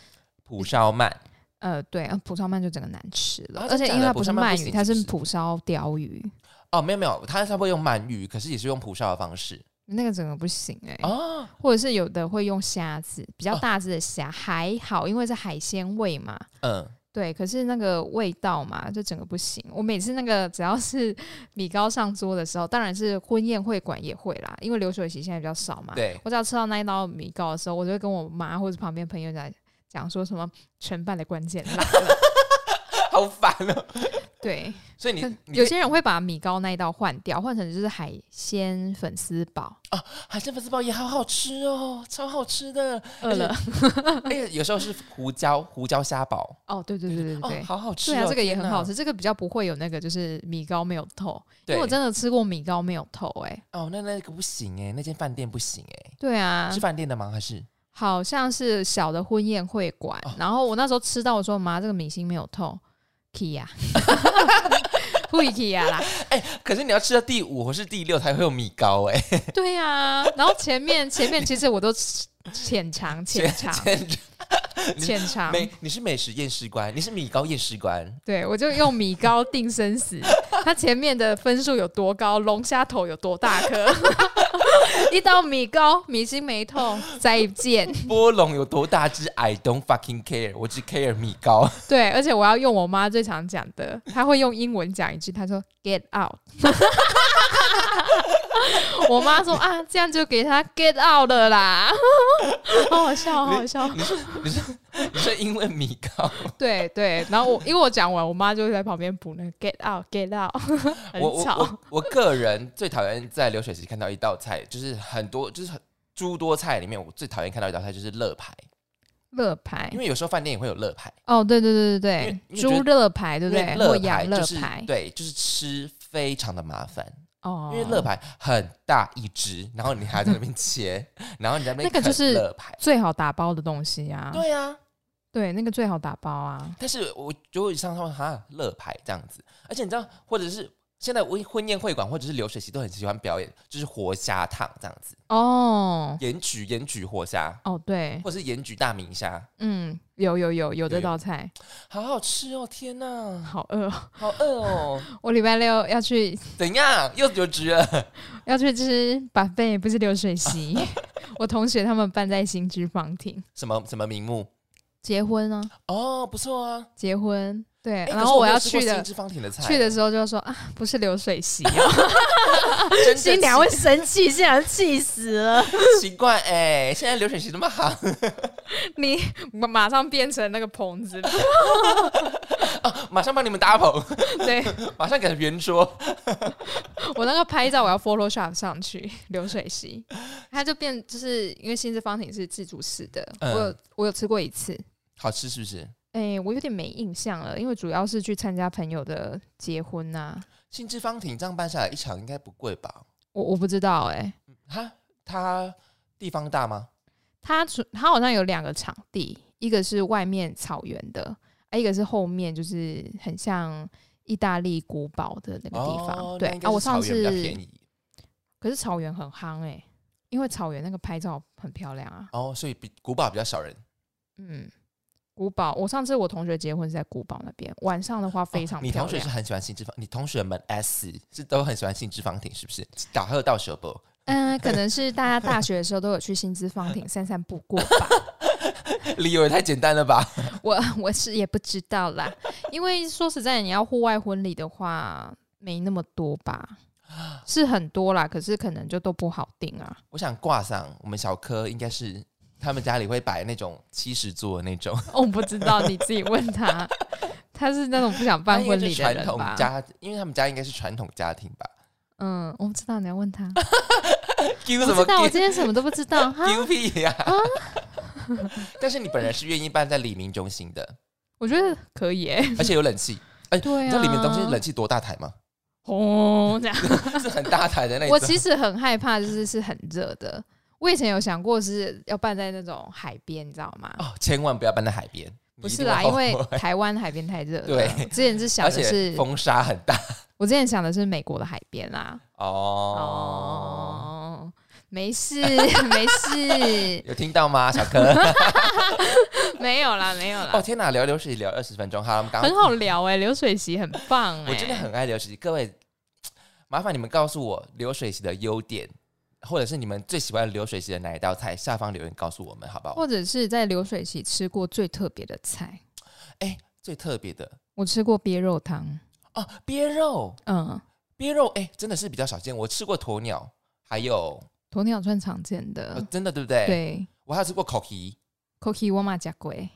[SPEAKER 2] 蒲烧鳗，
[SPEAKER 1] 呃，对，呃蒲烧鳗就整个难吃了，
[SPEAKER 2] 啊
[SPEAKER 1] 而
[SPEAKER 2] 真
[SPEAKER 1] 且
[SPEAKER 2] 假
[SPEAKER 1] 因为
[SPEAKER 2] 的
[SPEAKER 1] 它
[SPEAKER 2] 蒲
[SPEAKER 1] 不是
[SPEAKER 2] 烧鳗不
[SPEAKER 1] 鳗
[SPEAKER 2] 行
[SPEAKER 1] 鱼，
[SPEAKER 2] 是
[SPEAKER 1] 它
[SPEAKER 2] 不
[SPEAKER 1] 是
[SPEAKER 2] 是
[SPEAKER 1] 蒲烧鲷鱼，
[SPEAKER 2] 哦，没有没有，她差不多用鳗鱼，可是也是用蒲烧的方式
[SPEAKER 1] 那个整个不行哎、
[SPEAKER 2] 哦。
[SPEAKER 1] 或者是有的会用虾子，比较
[SPEAKER 2] 哦
[SPEAKER 1] 大只的虾、还好，因为是海鲜味嘛。
[SPEAKER 2] 嗯，
[SPEAKER 1] 对，可是那个味道嘛，就整个不行。我每次那个只要是米糕上桌的时候，当然是婚宴会馆也会啦，因为流水席现在比较少嘛。
[SPEAKER 2] 对
[SPEAKER 1] 我只要吃到那一道米糕的时候，我就会跟我妈或者旁边朋友在讲说什么成败的关键 啦。
[SPEAKER 2] 好烦哦。
[SPEAKER 1] 对，
[SPEAKER 2] 所以你你
[SPEAKER 1] 有
[SPEAKER 2] 可以
[SPEAKER 1] 些人会把米糕那一道换掉，换成就是海鲜粉丝煲。
[SPEAKER 2] 海鲜粉丝包也好好吃哦，超好吃的。
[SPEAKER 1] 饿了
[SPEAKER 2] 而且有时候是胡椒胡椒虾堡，
[SPEAKER 1] 哦，对对对对对
[SPEAKER 2] 哦，好好吃
[SPEAKER 1] 对
[SPEAKER 2] 哦。
[SPEAKER 1] 啊，这个也
[SPEAKER 2] 天
[SPEAKER 1] 很
[SPEAKER 2] 哪
[SPEAKER 1] 好。吃，这个比较不会有那个就是米糕没有透，因
[SPEAKER 2] 对，
[SPEAKER 1] 为我真的吃过米糕没有透、欸，哎，
[SPEAKER 2] 哦，那那个不行哎，那间饭店不行哎，
[SPEAKER 1] 对啊，
[SPEAKER 2] 是饭店的吗？还是
[SPEAKER 1] 好像是小的婚宴会馆，
[SPEAKER 2] 哦
[SPEAKER 1] 然后我那时候吃到，我说妈，这个米心没有透，Kia，会 Kia 啦，
[SPEAKER 2] 可是你要吃到第五或是第六才会有米糕哎，
[SPEAKER 1] 对呀、然后前面 前面其实我都吃浅尝浅尝啊
[SPEAKER 2] 简直
[SPEAKER 1] 浅尝，
[SPEAKER 2] 美你是美食验尸官，你是米糕验尸官，
[SPEAKER 1] 对我就用米糕定生 死，它前面的分数有多高，龙虾头有多大 颗，一道米糕米心没透，再见。
[SPEAKER 2] 波龙有多大只？I don't fucking care，我只 care 米糕。
[SPEAKER 1] 对，而且我要用我妈最常讲的，她会用英文讲一句，她说 “get out”。我妈说啊，这样就给她 get out 了啦， 好好笑，好好笑。
[SPEAKER 2] 你是你是因为米糕，
[SPEAKER 1] 对对，然后我因为我讲完，我妈就在旁边补那个 get out，get out，很
[SPEAKER 2] 我我
[SPEAKER 1] 吵。
[SPEAKER 2] 我我个人最讨厌在流水席看到一道菜，就是很多就是很诸多菜里面，我最讨厌看到一道菜就是乐牌，
[SPEAKER 1] 乐牌
[SPEAKER 2] 因，为有时候饭店也会有乐牌，
[SPEAKER 1] 哦，对对对
[SPEAKER 2] 因
[SPEAKER 1] 对
[SPEAKER 2] 为
[SPEAKER 1] 对，
[SPEAKER 2] 因为
[SPEAKER 1] 猪
[SPEAKER 2] 觉
[SPEAKER 1] 乐牌对不
[SPEAKER 2] 因为
[SPEAKER 1] 对？或
[SPEAKER 2] 乐
[SPEAKER 1] 羊
[SPEAKER 2] 牌
[SPEAKER 1] 乐
[SPEAKER 2] 就是
[SPEAKER 1] 牌，
[SPEAKER 2] 对，就是吃非常的麻烦，
[SPEAKER 1] 哦，
[SPEAKER 2] 因为乐牌很大一只，然后你还在那 边切，然后你在那边
[SPEAKER 1] 那个就
[SPEAKER 2] 啃
[SPEAKER 1] 是
[SPEAKER 2] 乐牌，
[SPEAKER 1] 最好打包的东西啊，
[SPEAKER 2] 对啊。
[SPEAKER 1] 对，那个最好打包啊，
[SPEAKER 2] 但是我就会上他们哈乐牌这样子，而且你知道，或者是现在婚婚宴会馆或者是流水席都很喜欢表演，就是活虾烫这样子，
[SPEAKER 1] 哦
[SPEAKER 2] 盐焗盐焗活虾，
[SPEAKER 1] 哦，对，
[SPEAKER 2] 或者是盐焗大明虾，
[SPEAKER 1] 嗯，有有有有这
[SPEAKER 2] 有
[SPEAKER 1] 道菜，
[SPEAKER 2] 好好吃哦！天哪，
[SPEAKER 1] 好饿哦、
[SPEAKER 2] 好饿哦！
[SPEAKER 1] 我礼拜六要去
[SPEAKER 2] 怎样又有职了？
[SPEAKER 1] 要去吃 buffet，不是流水 席。我同学他们办在新知房庭
[SPEAKER 2] 什么什么名目？
[SPEAKER 1] 结婚啊，
[SPEAKER 2] 哦，不错啊。
[SPEAKER 1] 结婚对，
[SPEAKER 2] 哎
[SPEAKER 1] 然
[SPEAKER 2] 可是
[SPEAKER 1] 后我
[SPEAKER 2] 没有
[SPEAKER 1] 要
[SPEAKER 2] 吃过
[SPEAKER 1] 去
[SPEAKER 2] 新
[SPEAKER 1] 的
[SPEAKER 2] 之方庭的菜，
[SPEAKER 1] 去的时候就说啊，不是流水席啊，
[SPEAKER 2] 真的
[SPEAKER 3] 新娘会生气，新娘气死了。
[SPEAKER 2] 奇怪哎、现在流水席那么好
[SPEAKER 1] 你马马上变成那个棚子，
[SPEAKER 2] 哦，马上帮你们搭棚，
[SPEAKER 1] 对
[SPEAKER 2] 马上给圆桌。
[SPEAKER 1] 我那个拍照我要 Photoshop 上去流水席，它就变就是因为新知方庭是自助式的，
[SPEAKER 2] 嗯
[SPEAKER 1] 我有我有吃过一次，
[SPEAKER 2] 好吃是不是？
[SPEAKER 1] 哎、我有点没印象了，因为主要是去参加朋友的结婚啊呐、
[SPEAKER 2] 兴致方挺这样办下来一场应该不贵吧？
[SPEAKER 1] 我我不知道哎、
[SPEAKER 2] 哈，它地方大吗？
[SPEAKER 1] 它主它好像有两个场地，一个是外面草原的，啊一个是后面就是很像意大利古堡的那个地方。
[SPEAKER 2] 哦、
[SPEAKER 1] 对
[SPEAKER 2] 那应该
[SPEAKER 1] 啊，我
[SPEAKER 2] 是
[SPEAKER 1] 上
[SPEAKER 2] 草原比较
[SPEAKER 1] 次
[SPEAKER 2] 便宜
[SPEAKER 1] 可是草原很夯哎、因为草原那个拍照很漂亮啊。
[SPEAKER 2] 哦，所以比古堡比较少人，
[SPEAKER 1] 嗯，古堡，我上次我同学结婚是在古堡那边，晚上的话非
[SPEAKER 2] 哦
[SPEAKER 1] 常
[SPEAKER 2] 你
[SPEAKER 1] 漂
[SPEAKER 2] 同学
[SPEAKER 1] 亮
[SPEAKER 2] 是。很喜欢性脂肪，你同学们 S 是都很喜欢性脂肪挺，是不是？打喝到舌头，
[SPEAKER 1] 嗯、可能是大家大学的时候都有去薪资方艇散散步过吧。
[SPEAKER 2] 理由也太简单了吧？
[SPEAKER 1] 我 我是也不知道啦，因为说实在，你要户外婚礼的话，没那么多吧，
[SPEAKER 2] 啊
[SPEAKER 1] 是很多啦，可是可能就都不好定啊。
[SPEAKER 2] 我想挂上我们小柯应该是他们家里会摆那种七十桌的那 种，
[SPEAKER 1] 我不知道，你自己问他， 他是那种不想办
[SPEAKER 2] 他应
[SPEAKER 1] 婚
[SPEAKER 2] 该是
[SPEAKER 1] 礼的
[SPEAKER 2] 传
[SPEAKER 1] 人
[SPEAKER 2] 统
[SPEAKER 1] 吧？
[SPEAKER 2] 家，因为他们家应该是传统家庭吧？
[SPEAKER 1] 嗯，我不知道，你要问 他。
[SPEAKER 2] 丢
[SPEAKER 1] 我
[SPEAKER 2] 什
[SPEAKER 1] 不
[SPEAKER 2] 么
[SPEAKER 1] 知道，啊我
[SPEAKER 2] 丢
[SPEAKER 1] 今天什么都不知 道哈。
[SPEAKER 2] 丢屁呀、 但是你本人是愿意办在李明中心 的，
[SPEAKER 1] 我觉得可以诶、
[SPEAKER 2] 而且有冷气。哎、
[SPEAKER 1] 对啊
[SPEAKER 2] 你知道里面东西冷气多大台 吗？
[SPEAKER 1] 哦，这样。
[SPEAKER 2] 是很大台的那种。
[SPEAKER 1] 我其实很害怕，就是是很热的。我以前有想过是要办在那种海边，你知道吗？
[SPEAKER 2] 哦，千万不要搬在海边。
[SPEAKER 1] 不
[SPEAKER 2] 你一
[SPEAKER 1] 是
[SPEAKER 2] 定会
[SPEAKER 1] 啦，因为
[SPEAKER 2] 后悔
[SPEAKER 1] 台湾海边太热了。
[SPEAKER 2] 对
[SPEAKER 1] 我之前 是想
[SPEAKER 2] 而
[SPEAKER 1] 的
[SPEAKER 2] 且
[SPEAKER 1] 是，
[SPEAKER 2] 风沙很大
[SPEAKER 1] 我之前想的是美国的海边啦。
[SPEAKER 2] 哦。
[SPEAKER 1] 哦，没事没事，
[SPEAKER 2] 有听到 吗，小柯？
[SPEAKER 1] 没有啦没有
[SPEAKER 2] 哦
[SPEAKER 1] 啦，
[SPEAKER 2] 天哪，聊流水席聊二十分钟，好，我们刚刚
[SPEAKER 1] 很好聊哎，流水席很棒哎，
[SPEAKER 2] 我真的很爱流水席。各位，麻烦你们告诉我流水席的优点，或者是你们最喜欢流水席的哪一道菜，下方留言告诉我们，好不好？
[SPEAKER 1] 或者是在流水席吃过最特别的菜，
[SPEAKER 2] 最特别的
[SPEAKER 1] 我吃过鳖肉汤，
[SPEAKER 2] 哦，鳖肉，
[SPEAKER 1] 嗯，
[SPEAKER 2] 鳖肉，哎、真的是比较少见。我吃过鸵鸟，还有、
[SPEAKER 1] 鸵鸟算常见
[SPEAKER 2] 呃
[SPEAKER 1] 的，
[SPEAKER 2] 真的对不对？
[SPEAKER 1] 嗯对
[SPEAKER 2] 我还有吃过 cookie。
[SPEAKER 1] ，Cookie 我嘛加贵，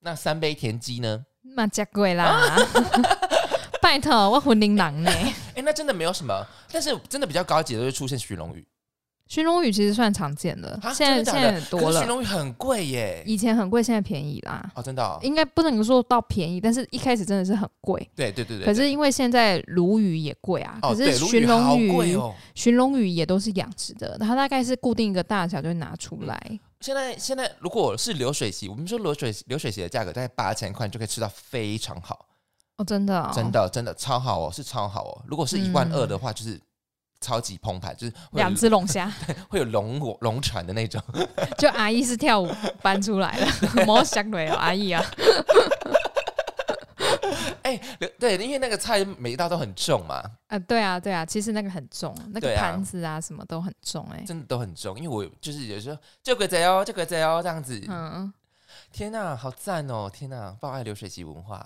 [SPEAKER 2] 那三杯田鸡呢？
[SPEAKER 1] 嘛加贵 啦，拜托我魂灵欸狼呢，
[SPEAKER 2] 哎、那真的没有什么，但是真的比较高级的就是出现寻龙鱼，
[SPEAKER 1] 寻龙鱼其实算常见的
[SPEAKER 2] 啊，
[SPEAKER 1] 现在
[SPEAKER 2] 真的假
[SPEAKER 1] 现
[SPEAKER 2] 的
[SPEAKER 1] 在很
[SPEAKER 2] 可
[SPEAKER 1] 多
[SPEAKER 2] 是寻
[SPEAKER 1] 了，
[SPEAKER 2] 龙鱼很贵耶。
[SPEAKER 1] 以前很贵，现在便宜啦。
[SPEAKER 2] 哦，真的、哦，
[SPEAKER 1] 应该不能说到便宜，但是一开始真的是很贵。
[SPEAKER 2] 对对对对。
[SPEAKER 1] 可
[SPEAKER 2] 对
[SPEAKER 1] 是因为现在鲈鱼也贵啊，
[SPEAKER 2] 哦，
[SPEAKER 1] 可是
[SPEAKER 2] 对，
[SPEAKER 1] 寻
[SPEAKER 2] 鲈
[SPEAKER 1] 龙
[SPEAKER 2] 鱼好贵
[SPEAKER 1] 鱼、
[SPEAKER 2] 哦。
[SPEAKER 1] 寻龙鱼也都是养殖的，它大概是固定一个大小就会拿出来。
[SPEAKER 2] 现在现在如果是流水席，我们说流水流水席的价格大概八千块，你就可以吃到非常好，
[SPEAKER 1] 哦，真的、哦，
[SPEAKER 2] 真，的真的超好哦，是超好哦。如果是一万二
[SPEAKER 1] 嗯
[SPEAKER 2] 的话，就是超级澎湃，就是会有
[SPEAKER 1] 两只龙 虾，
[SPEAKER 2] 会有龙龙船的那种。
[SPEAKER 1] 就阿姨是跳舞搬出来的， 莫想鬼哦，阿姨啊，
[SPEAKER 2] 哎、对，因为那个菜每一道都很重嘛，
[SPEAKER 1] 啊，对啊，对啊，其实那个很重，那
[SPEAKER 2] 对
[SPEAKER 1] 个
[SPEAKER 2] 啊
[SPEAKER 1] 盘子啊什么都很重、欸，哎、
[SPEAKER 2] 真的都很重。因为我就是有时候这个贼哦，这个贼哦这样子。
[SPEAKER 1] 嗯，
[SPEAKER 2] 天哪、好赞哦！天哪、爆爱流水席文化。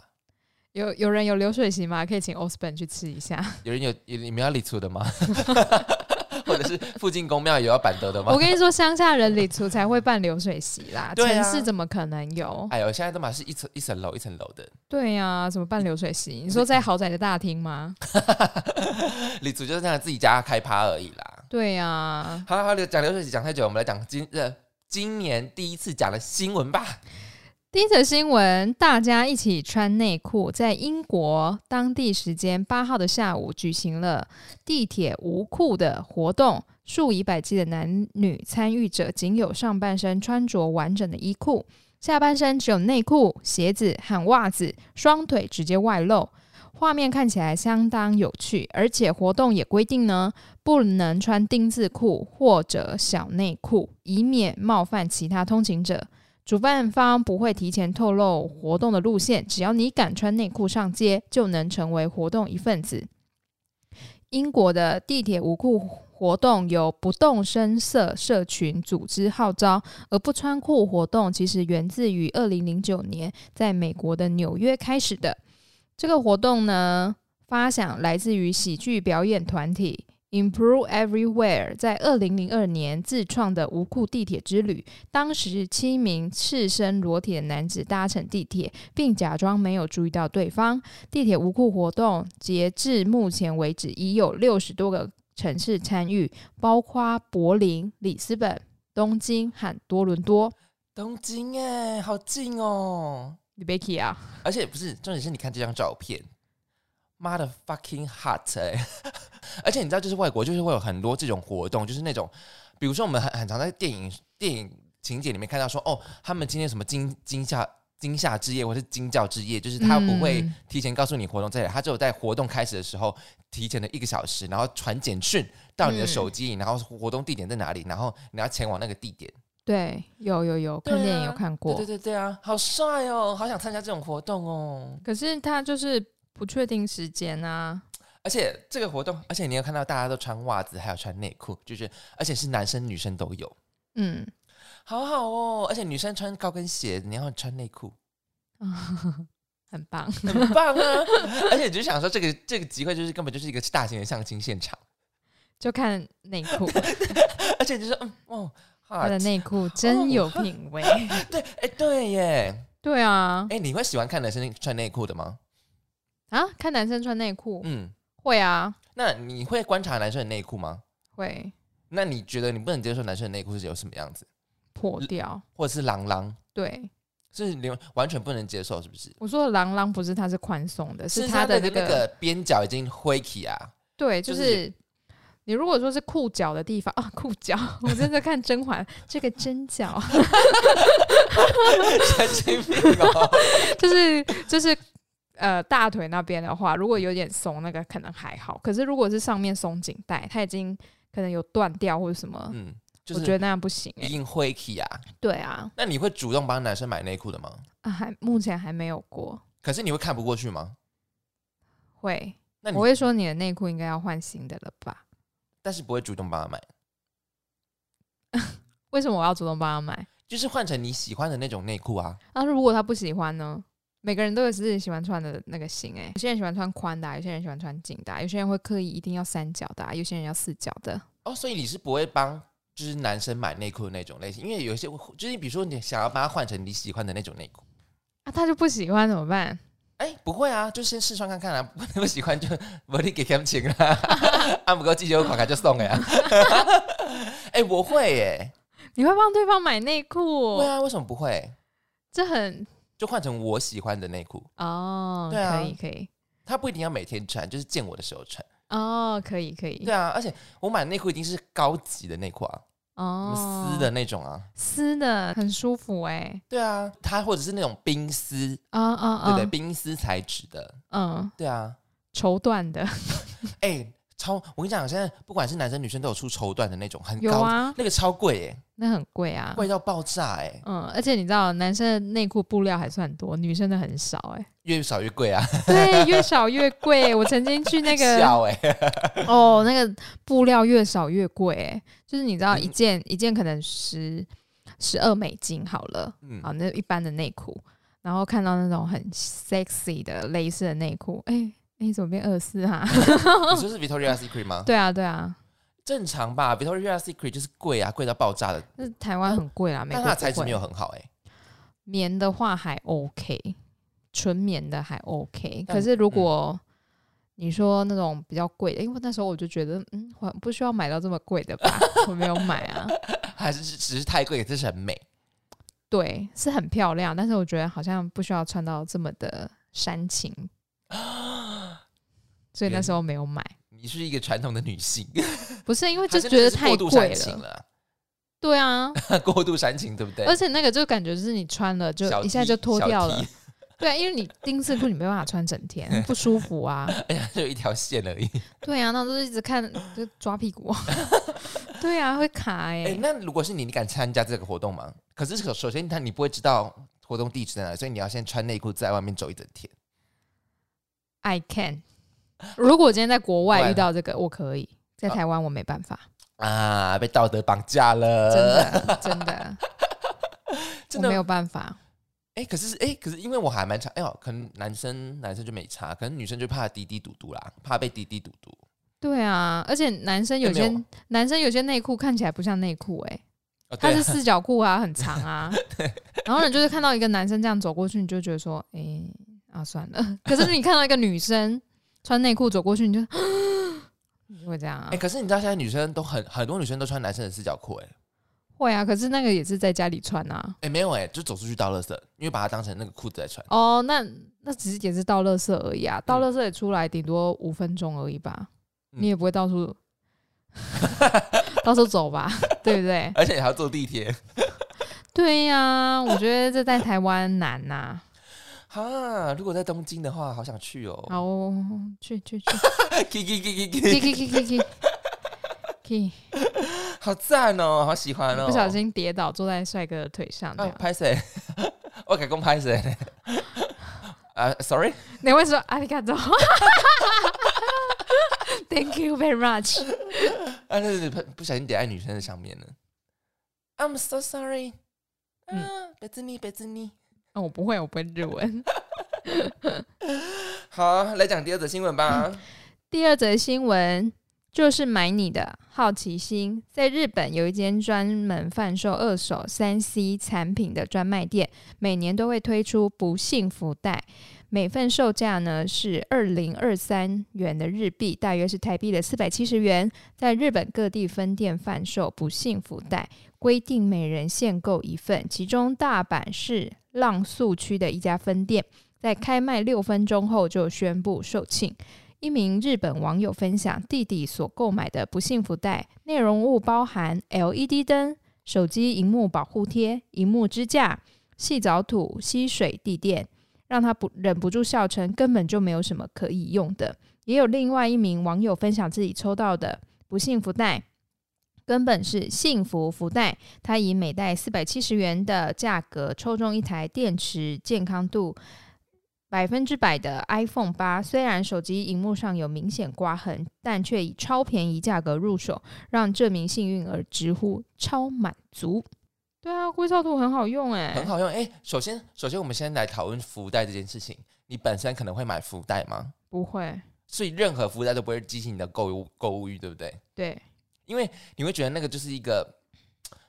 [SPEAKER 1] 有有人有流水席吗？可以请 Osborn 去吃一下。
[SPEAKER 2] 有人有有你们要理出的吗？ 或者是附近公庙也要板德的吗
[SPEAKER 1] 我？跟你说，乡下人里厨才会办流水席啦，
[SPEAKER 2] 对啊
[SPEAKER 1] 城市怎么可能有？
[SPEAKER 2] 哎呦，现在都嘛是一层一层楼一层楼的。
[SPEAKER 1] 对呀、怎么办流水席？你说在豪宅的大厅吗？
[SPEAKER 2] 李祖就是这样自己家开趴而已啦。
[SPEAKER 1] 对啊呀、
[SPEAKER 2] 好了好了，讲流水席讲太久，我们来讲今呃今年第一次讲的新闻吧。
[SPEAKER 1] 第一则新闻，大家一起穿内裤，在英国当地时间八号的下午举行了地铁无裤的活动，数以百计的男女参与者仅有上半身穿着完整的衣裤，下半身只有内裤、鞋子和袜子，双腿直接外露。画面看起来相当有趣，而且活动也规定呢，不能穿丁字裤或者小内裤，以免冒犯其他通勤者。主办方不会提前透露活动的路线，只要你敢穿内裤上街，就能成为活动一份子。英国的地铁无裤活动由不动声色社群组织号召，而不穿裤活动其实源自于二零零九年在美国的纽约开始的。这个活动呢，发想来自于喜剧表演团体 Improve Everywhere 在二零零二年自创的无裤地铁之旅。当时七名赤身裸体的男子搭乘地铁，并假装没有注意到对方。地铁无故活动截至目前为止已有六十多个城市参与，包括柏林、里斯本、东京和多伦多。
[SPEAKER 2] 东京哎，好近哦。
[SPEAKER 1] 你别 k 啊，
[SPEAKER 2] 而且不是重点是你看这张照片，妈的 fucking hot 哎、 而且你知道，就是外国就是会有很多这种活动，就是那种，比如说我们很很常在电影电影情节里面看到说，哦，他们今天什么惊惊吓。惊吓之夜或是惊叫之夜，就是他不会
[SPEAKER 1] 嗯
[SPEAKER 2] 提前告诉你活动在哪，他只有在活动开始的时候提前了一个小时，然后传简讯到你的
[SPEAKER 1] 嗯
[SPEAKER 2] 手机里，然后活动地点在哪里，然后你要前往那个地点。
[SPEAKER 1] 对，有有有，看
[SPEAKER 2] 对
[SPEAKER 1] 电影有
[SPEAKER 2] 啊
[SPEAKER 1] 看过，
[SPEAKER 2] 对对对对啊，好帅哦，好想参加这种活动哦。
[SPEAKER 1] 可是他就是不确定时间 啊，
[SPEAKER 2] 而且这个活动，而且你有看到大家都穿袜子，还有穿内裤，就是而且是男生女生都有，
[SPEAKER 1] 嗯，
[SPEAKER 2] 好好哦。而且女生穿高跟鞋，你要穿内裤，
[SPEAKER 1] 很棒，
[SPEAKER 2] 很 棒啊！而且你就想说，这个这个集会就是根本就是一个大型的相亲现场，
[SPEAKER 1] 就看内裤，
[SPEAKER 2] 而且就是嗯哦，
[SPEAKER 1] 他
[SPEAKER 2] 啊，
[SPEAKER 1] 的内裤真有品 味。
[SPEAKER 2] 对，哎对耶，
[SPEAKER 1] 对啊，
[SPEAKER 2] 哎你会喜欢看男生穿内裤的吗？
[SPEAKER 1] 啊，看男生穿内裤
[SPEAKER 2] 嗯，
[SPEAKER 1] 会啊，
[SPEAKER 2] 那你会观察男生的内裤吗？
[SPEAKER 1] 会
[SPEAKER 2] 那你觉得你不能接受男生的内裤是有什么样子，
[SPEAKER 1] 破掉。
[SPEAKER 2] 或者是狼狼，
[SPEAKER 1] 对，
[SPEAKER 2] 是连完全不能接受，是不是？
[SPEAKER 1] 我说的狼狼不是它是宽松的，
[SPEAKER 2] 是
[SPEAKER 1] 它
[SPEAKER 2] 的
[SPEAKER 1] 这
[SPEAKER 2] 那个边角已经灰起啊，
[SPEAKER 1] 对，
[SPEAKER 2] 就
[SPEAKER 1] 就是是你如果说是裤脚的地方啊，裤脚，我正在看甄嬛这个针脚，
[SPEAKER 2] 神经病哦！
[SPEAKER 1] 就是就是呃大腿那边的话，如果有点松，那个可能还好。可是如果是上面松紧带，它已经可能有断掉或者什么，
[SPEAKER 2] 嗯，就
[SPEAKER 1] 我觉
[SPEAKER 2] 是
[SPEAKER 1] 得那样不行、
[SPEAKER 2] 已
[SPEAKER 1] 欸。
[SPEAKER 2] 经灰起啊。
[SPEAKER 1] 对啊，
[SPEAKER 2] 那你会主动帮男生买内裤的吗？
[SPEAKER 1] 啊还目前还没有过。
[SPEAKER 2] 可是你会看不过去吗？
[SPEAKER 1] 会，
[SPEAKER 2] 那你
[SPEAKER 1] 我会说你的内裤应该要换新的了吧？
[SPEAKER 2] 但是不会主动帮他买，
[SPEAKER 1] 为什么我要主动帮他买？
[SPEAKER 2] 就是换成你喜欢的那种内裤啊。
[SPEAKER 1] 那、如果他不喜欢呢？每个人都有自己喜欢穿的那个型、欸，有些人喜欢穿宽的啊、有些人喜欢穿紧的啊、有些人会刻意一定要三角的啊、有些人要四角的。
[SPEAKER 2] 哦，所以你是不会帮就是男生买内裤的那种类型，因为有一些就是比如说你想要把它换成你喜欢的那种内裤，
[SPEAKER 1] 啊，他就不喜欢怎么办？
[SPEAKER 2] 哎、不会啊，就先试穿看看啊，不不喜欢就 我你给感情 啦，按不够记就款卡就送了呀。 哎、我会耶、
[SPEAKER 1] 你会帮对方买内裤哦、
[SPEAKER 2] 会啊，为什么不会？
[SPEAKER 1] 这很
[SPEAKER 2] 就换成我喜欢的内裤，
[SPEAKER 1] 哦，
[SPEAKER 2] 对啊
[SPEAKER 1] 可以可以，
[SPEAKER 2] 他不一定要每天穿，就是见我的时候穿。
[SPEAKER 1] 哦，可以可以
[SPEAKER 2] 对，啊，而且我买的内裤一定是高级的内裤啊，什
[SPEAKER 1] 哦
[SPEAKER 2] 么，丝的那种啊。
[SPEAKER 1] 丝的很舒服哎、
[SPEAKER 2] 对啊，它或者是那种冰丝，
[SPEAKER 1] 啊啊
[SPEAKER 2] 对不对？
[SPEAKER 1] 啊，
[SPEAKER 2] 冰丝材质的。
[SPEAKER 1] 嗯，
[SPEAKER 2] 对啊，
[SPEAKER 1] 绸缎的
[SPEAKER 2] 哎、超！我跟你讲，现在不管是男生女生都有出绸缎的那种，很
[SPEAKER 1] 有
[SPEAKER 2] 高，
[SPEAKER 1] 啊，
[SPEAKER 2] 那个超贵耶、
[SPEAKER 1] 那很贵啊，
[SPEAKER 2] 贵到爆炸哎、
[SPEAKER 1] 嗯，而且你知道，男生的内裤布料还算多，女生的很少哎、
[SPEAKER 2] 越少越贵啊，
[SPEAKER 1] 对，越少越贵。我曾经去 那个
[SPEAKER 2] 笑哎、
[SPEAKER 1] 哦，那个布料越少越贵哎、就是你知道
[SPEAKER 2] 嗯
[SPEAKER 1] 一件、一件可能十十二美金好了，
[SPEAKER 2] 嗯
[SPEAKER 1] 好，那一般的内裤，然后看到那种很 sexy 的蕾丝的内裤，哎、哎，你怎么变二四啊？
[SPEAKER 2] 你说是 Victoria Secret 吗？
[SPEAKER 1] 对啊，对啊，
[SPEAKER 2] 正常吧，Victoria Secret 就是贵啊，贵到爆炸的，
[SPEAKER 1] 那台湾很贵啦，美
[SPEAKER 2] 但
[SPEAKER 1] 国
[SPEAKER 2] 它的
[SPEAKER 1] 不
[SPEAKER 2] 材质
[SPEAKER 1] 会
[SPEAKER 2] 没有很好哎、
[SPEAKER 1] 棉的话还 OK，纯棉的还 OK。
[SPEAKER 2] 但嗯
[SPEAKER 1] 可是如果你说那种比较贵的，因为那时候我就觉得，嗯，我不需要买到这么贵的吧， 我没有买啊。
[SPEAKER 2] 还是只只是太贵，这是很美。
[SPEAKER 1] 对，是很漂亮，但是我觉得好像不需要穿到这么的煽 情，所以那时候没有买。
[SPEAKER 2] 你是一个传统的女性，
[SPEAKER 1] 不是因为就
[SPEAKER 2] 还是
[SPEAKER 1] 觉得
[SPEAKER 2] 那是
[SPEAKER 1] 太
[SPEAKER 2] 过度
[SPEAKER 1] 贵
[SPEAKER 2] 煽情
[SPEAKER 1] 了，
[SPEAKER 2] 了，
[SPEAKER 1] 对啊，
[SPEAKER 2] 过度煽情，对不对？
[SPEAKER 1] 而且那个就感觉就是你穿了就
[SPEAKER 2] 小
[SPEAKER 1] 一下
[SPEAKER 2] T，
[SPEAKER 1] 就脱
[SPEAKER 2] 小
[SPEAKER 1] 掉
[SPEAKER 2] T
[SPEAKER 1] 了，对啊，因为你丁字裤你没办法穿整 天，不舒服啊。
[SPEAKER 2] 哎 呀，就一条线而已。
[SPEAKER 1] 对啊，那都是一直看就抓屁股。 对啊，会卡 哎、
[SPEAKER 2] 哎、那如果是你，你敢参加这个活动吗？可是首首先，他你不会知道活动地址在哪，所以你要先穿内裤在外面走一整天。
[SPEAKER 1] I can。如果我今天在国外
[SPEAKER 2] 对
[SPEAKER 1] 遇到这个，我可以；在
[SPEAKER 2] 啊
[SPEAKER 1] 台湾我没办法，
[SPEAKER 2] 啊，被道德绑架了，
[SPEAKER 1] 真的真的
[SPEAKER 2] 呃 真
[SPEAKER 1] 我
[SPEAKER 2] 的
[SPEAKER 1] 没。有办法。
[SPEAKER 2] 哎、可是哎、可是因为我还蛮差，哎呦，可能男生男生就没差，可能女生就怕滴滴嘟嘟啦，怕被滴滴嘟嘟。
[SPEAKER 1] 对啊，而且男生有
[SPEAKER 2] 没有
[SPEAKER 1] 些男生有些内裤看起来不像内裤哎，
[SPEAKER 2] 哦，
[SPEAKER 1] 它
[SPEAKER 2] 对
[SPEAKER 1] 是
[SPEAKER 2] 啊，
[SPEAKER 1] 四角裤啊，很长 啊。然后你就是看到一个男生这样走过去，你就觉得说，哎、啊算了。可是你看到一个女生穿内裤走过去，你就 你就会这样啊
[SPEAKER 2] 哎、。可是你知道现在女生都很很多女生都穿男生的四角裤、哎，
[SPEAKER 1] 会啊，可是那个也是在家里穿啊。
[SPEAKER 2] 哎、没有哎、就走出去倒垃圾，因为把它当成那个裤子来穿。
[SPEAKER 1] 哦，那那只是也是倒垃圾而已啊，倒
[SPEAKER 2] 嗯
[SPEAKER 1] 垃圾也出来顶多五分钟而已吧，
[SPEAKER 2] 嗯
[SPEAKER 1] 你也不会到处 到处走吧，对不对？
[SPEAKER 2] 而且你还要坐地铁，
[SPEAKER 1] 对呀、我觉得这在台湾难呐、
[SPEAKER 2] 哈！如果在东京的话，好想去哦。
[SPEAKER 1] 好，去去 去，
[SPEAKER 2] k i k i k i k
[SPEAKER 1] 去去
[SPEAKER 2] i
[SPEAKER 1] 去去去去，
[SPEAKER 2] 好赞哦，好喜欢哦。
[SPEAKER 1] 不小心跌倒，坐在帅哥的腿上这
[SPEAKER 2] 啊，
[SPEAKER 1] 样。
[SPEAKER 2] 拍谁？我改工拍谁？啊，sorry，
[SPEAKER 1] 你会说阿里嘎 多，Thank you very much。
[SPEAKER 2] 啊，那是不不小心点在女生的上面了。I'm so sorry。
[SPEAKER 1] 嗯
[SPEAKER 2] 嗯，别自你，别自你。
[SPEAKER 1] 哦我不会，我不会日文。
[SPEAKER 2] 好，来讲第二则新闻吧。
[SPEAKER 1] 嗯第二则新闻就是买你的好奇心，在日本有一间专门贩售二手三 C 产品的专卖店，每年都会推出不幸福袋，每份售价呢是二零二三元的日币，大约是台币的四百七十元，在日本各地分店贩售不幸福袋，规定每人限购一份，其中大阪市浪速区的一家分店。在开卖六分钟后就宣布售罄，一名日本网友分享弟弟所购买的不幸福袋，内容物包含 LED 灯、手机荧幕保护贴、荧幕支架、细藻土、吸水地垫，让他不忍不住笑称根本就没有什么可以用的。也有另外一名网友分享自己抽到的不幸福袋。根本是幸福福袋，它以每袋四百七十元的价格抽中一台电池健康度百分之百的 iPhone 八，虽然手机荧幕上有明显刮痕，但却以超便宜价格入手，让这名幸运儿直呼超满足。对啊，硅藻土很好用哎、
[SPEAKER 2] 很好用。哎、首先，首先我们先来讨论福袋这件事情。你本身可能会买福袋吗？
[SPEAKER 1] 不会，
[SPEAKER 2] 所以任何福袋都不会激起你的购物购物欲，对不对？
[SPEAKER 1] 对，
[SPEAKER 2] 因为你会觉得那个就是一个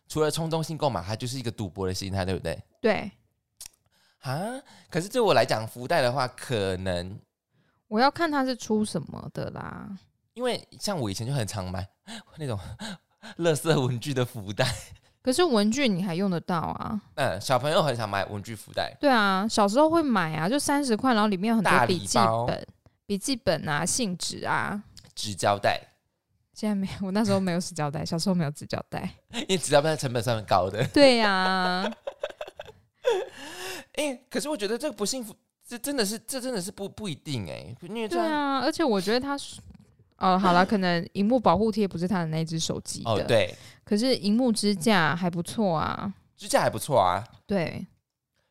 [SPEAKER 2] 除了冲动性购买，它就是一个赌博的心态，对不对？
[SPEAKER 1] 对，
[SPEAKER 2] 啊，可是对我来讲，福袋的话，可能
[SPEAKER 1] 我要看它是出什么的啦。
[SPEAKER 2] 因为像我以前就很常买 那种垃圾文具的福袋，
[SPEAKER 1] 可是文具你还用得到啊？
[SPEAKER 2] 嗯，小朋友很常买文具福袋，
[SPEAKER 1] 对啊，小时候会买啊，就三十块，然后里面有很多
[SPEAKER 2] 大礼
[SPEAKER 1] 笔记
[SPEAKER 2] 包
[SPEAKER 1] 本、笔记本啊、信纸啊。
[SPEAKER 2] 纸胶带，
[SPEAKER 1] 现在没有，我那时候没有纸胶带，小时候没有纸胶带。
[SPEAKER 2] 因为纸胶带成本算很高的。
[SPEAKER 1] 对呀、
[SPEAKER 2] 哎、可是我觉得这个不幸福，这真的是这真的是不不一定哎、因为
[SPEAKER 1] 对
[SPEAKER 2] 这样、
[SPEAKER 1] 啊，而且我觉得它是，哦，好了，可能荧幕保护贴不是他的那只手机的，
[SPEAKER 2] 哦，对，
[SPEAKER 1] 可是荧幕支架还不错啊，
[SPEAKER 2] 支架还不错啊，
[SPEAKER 1] 对，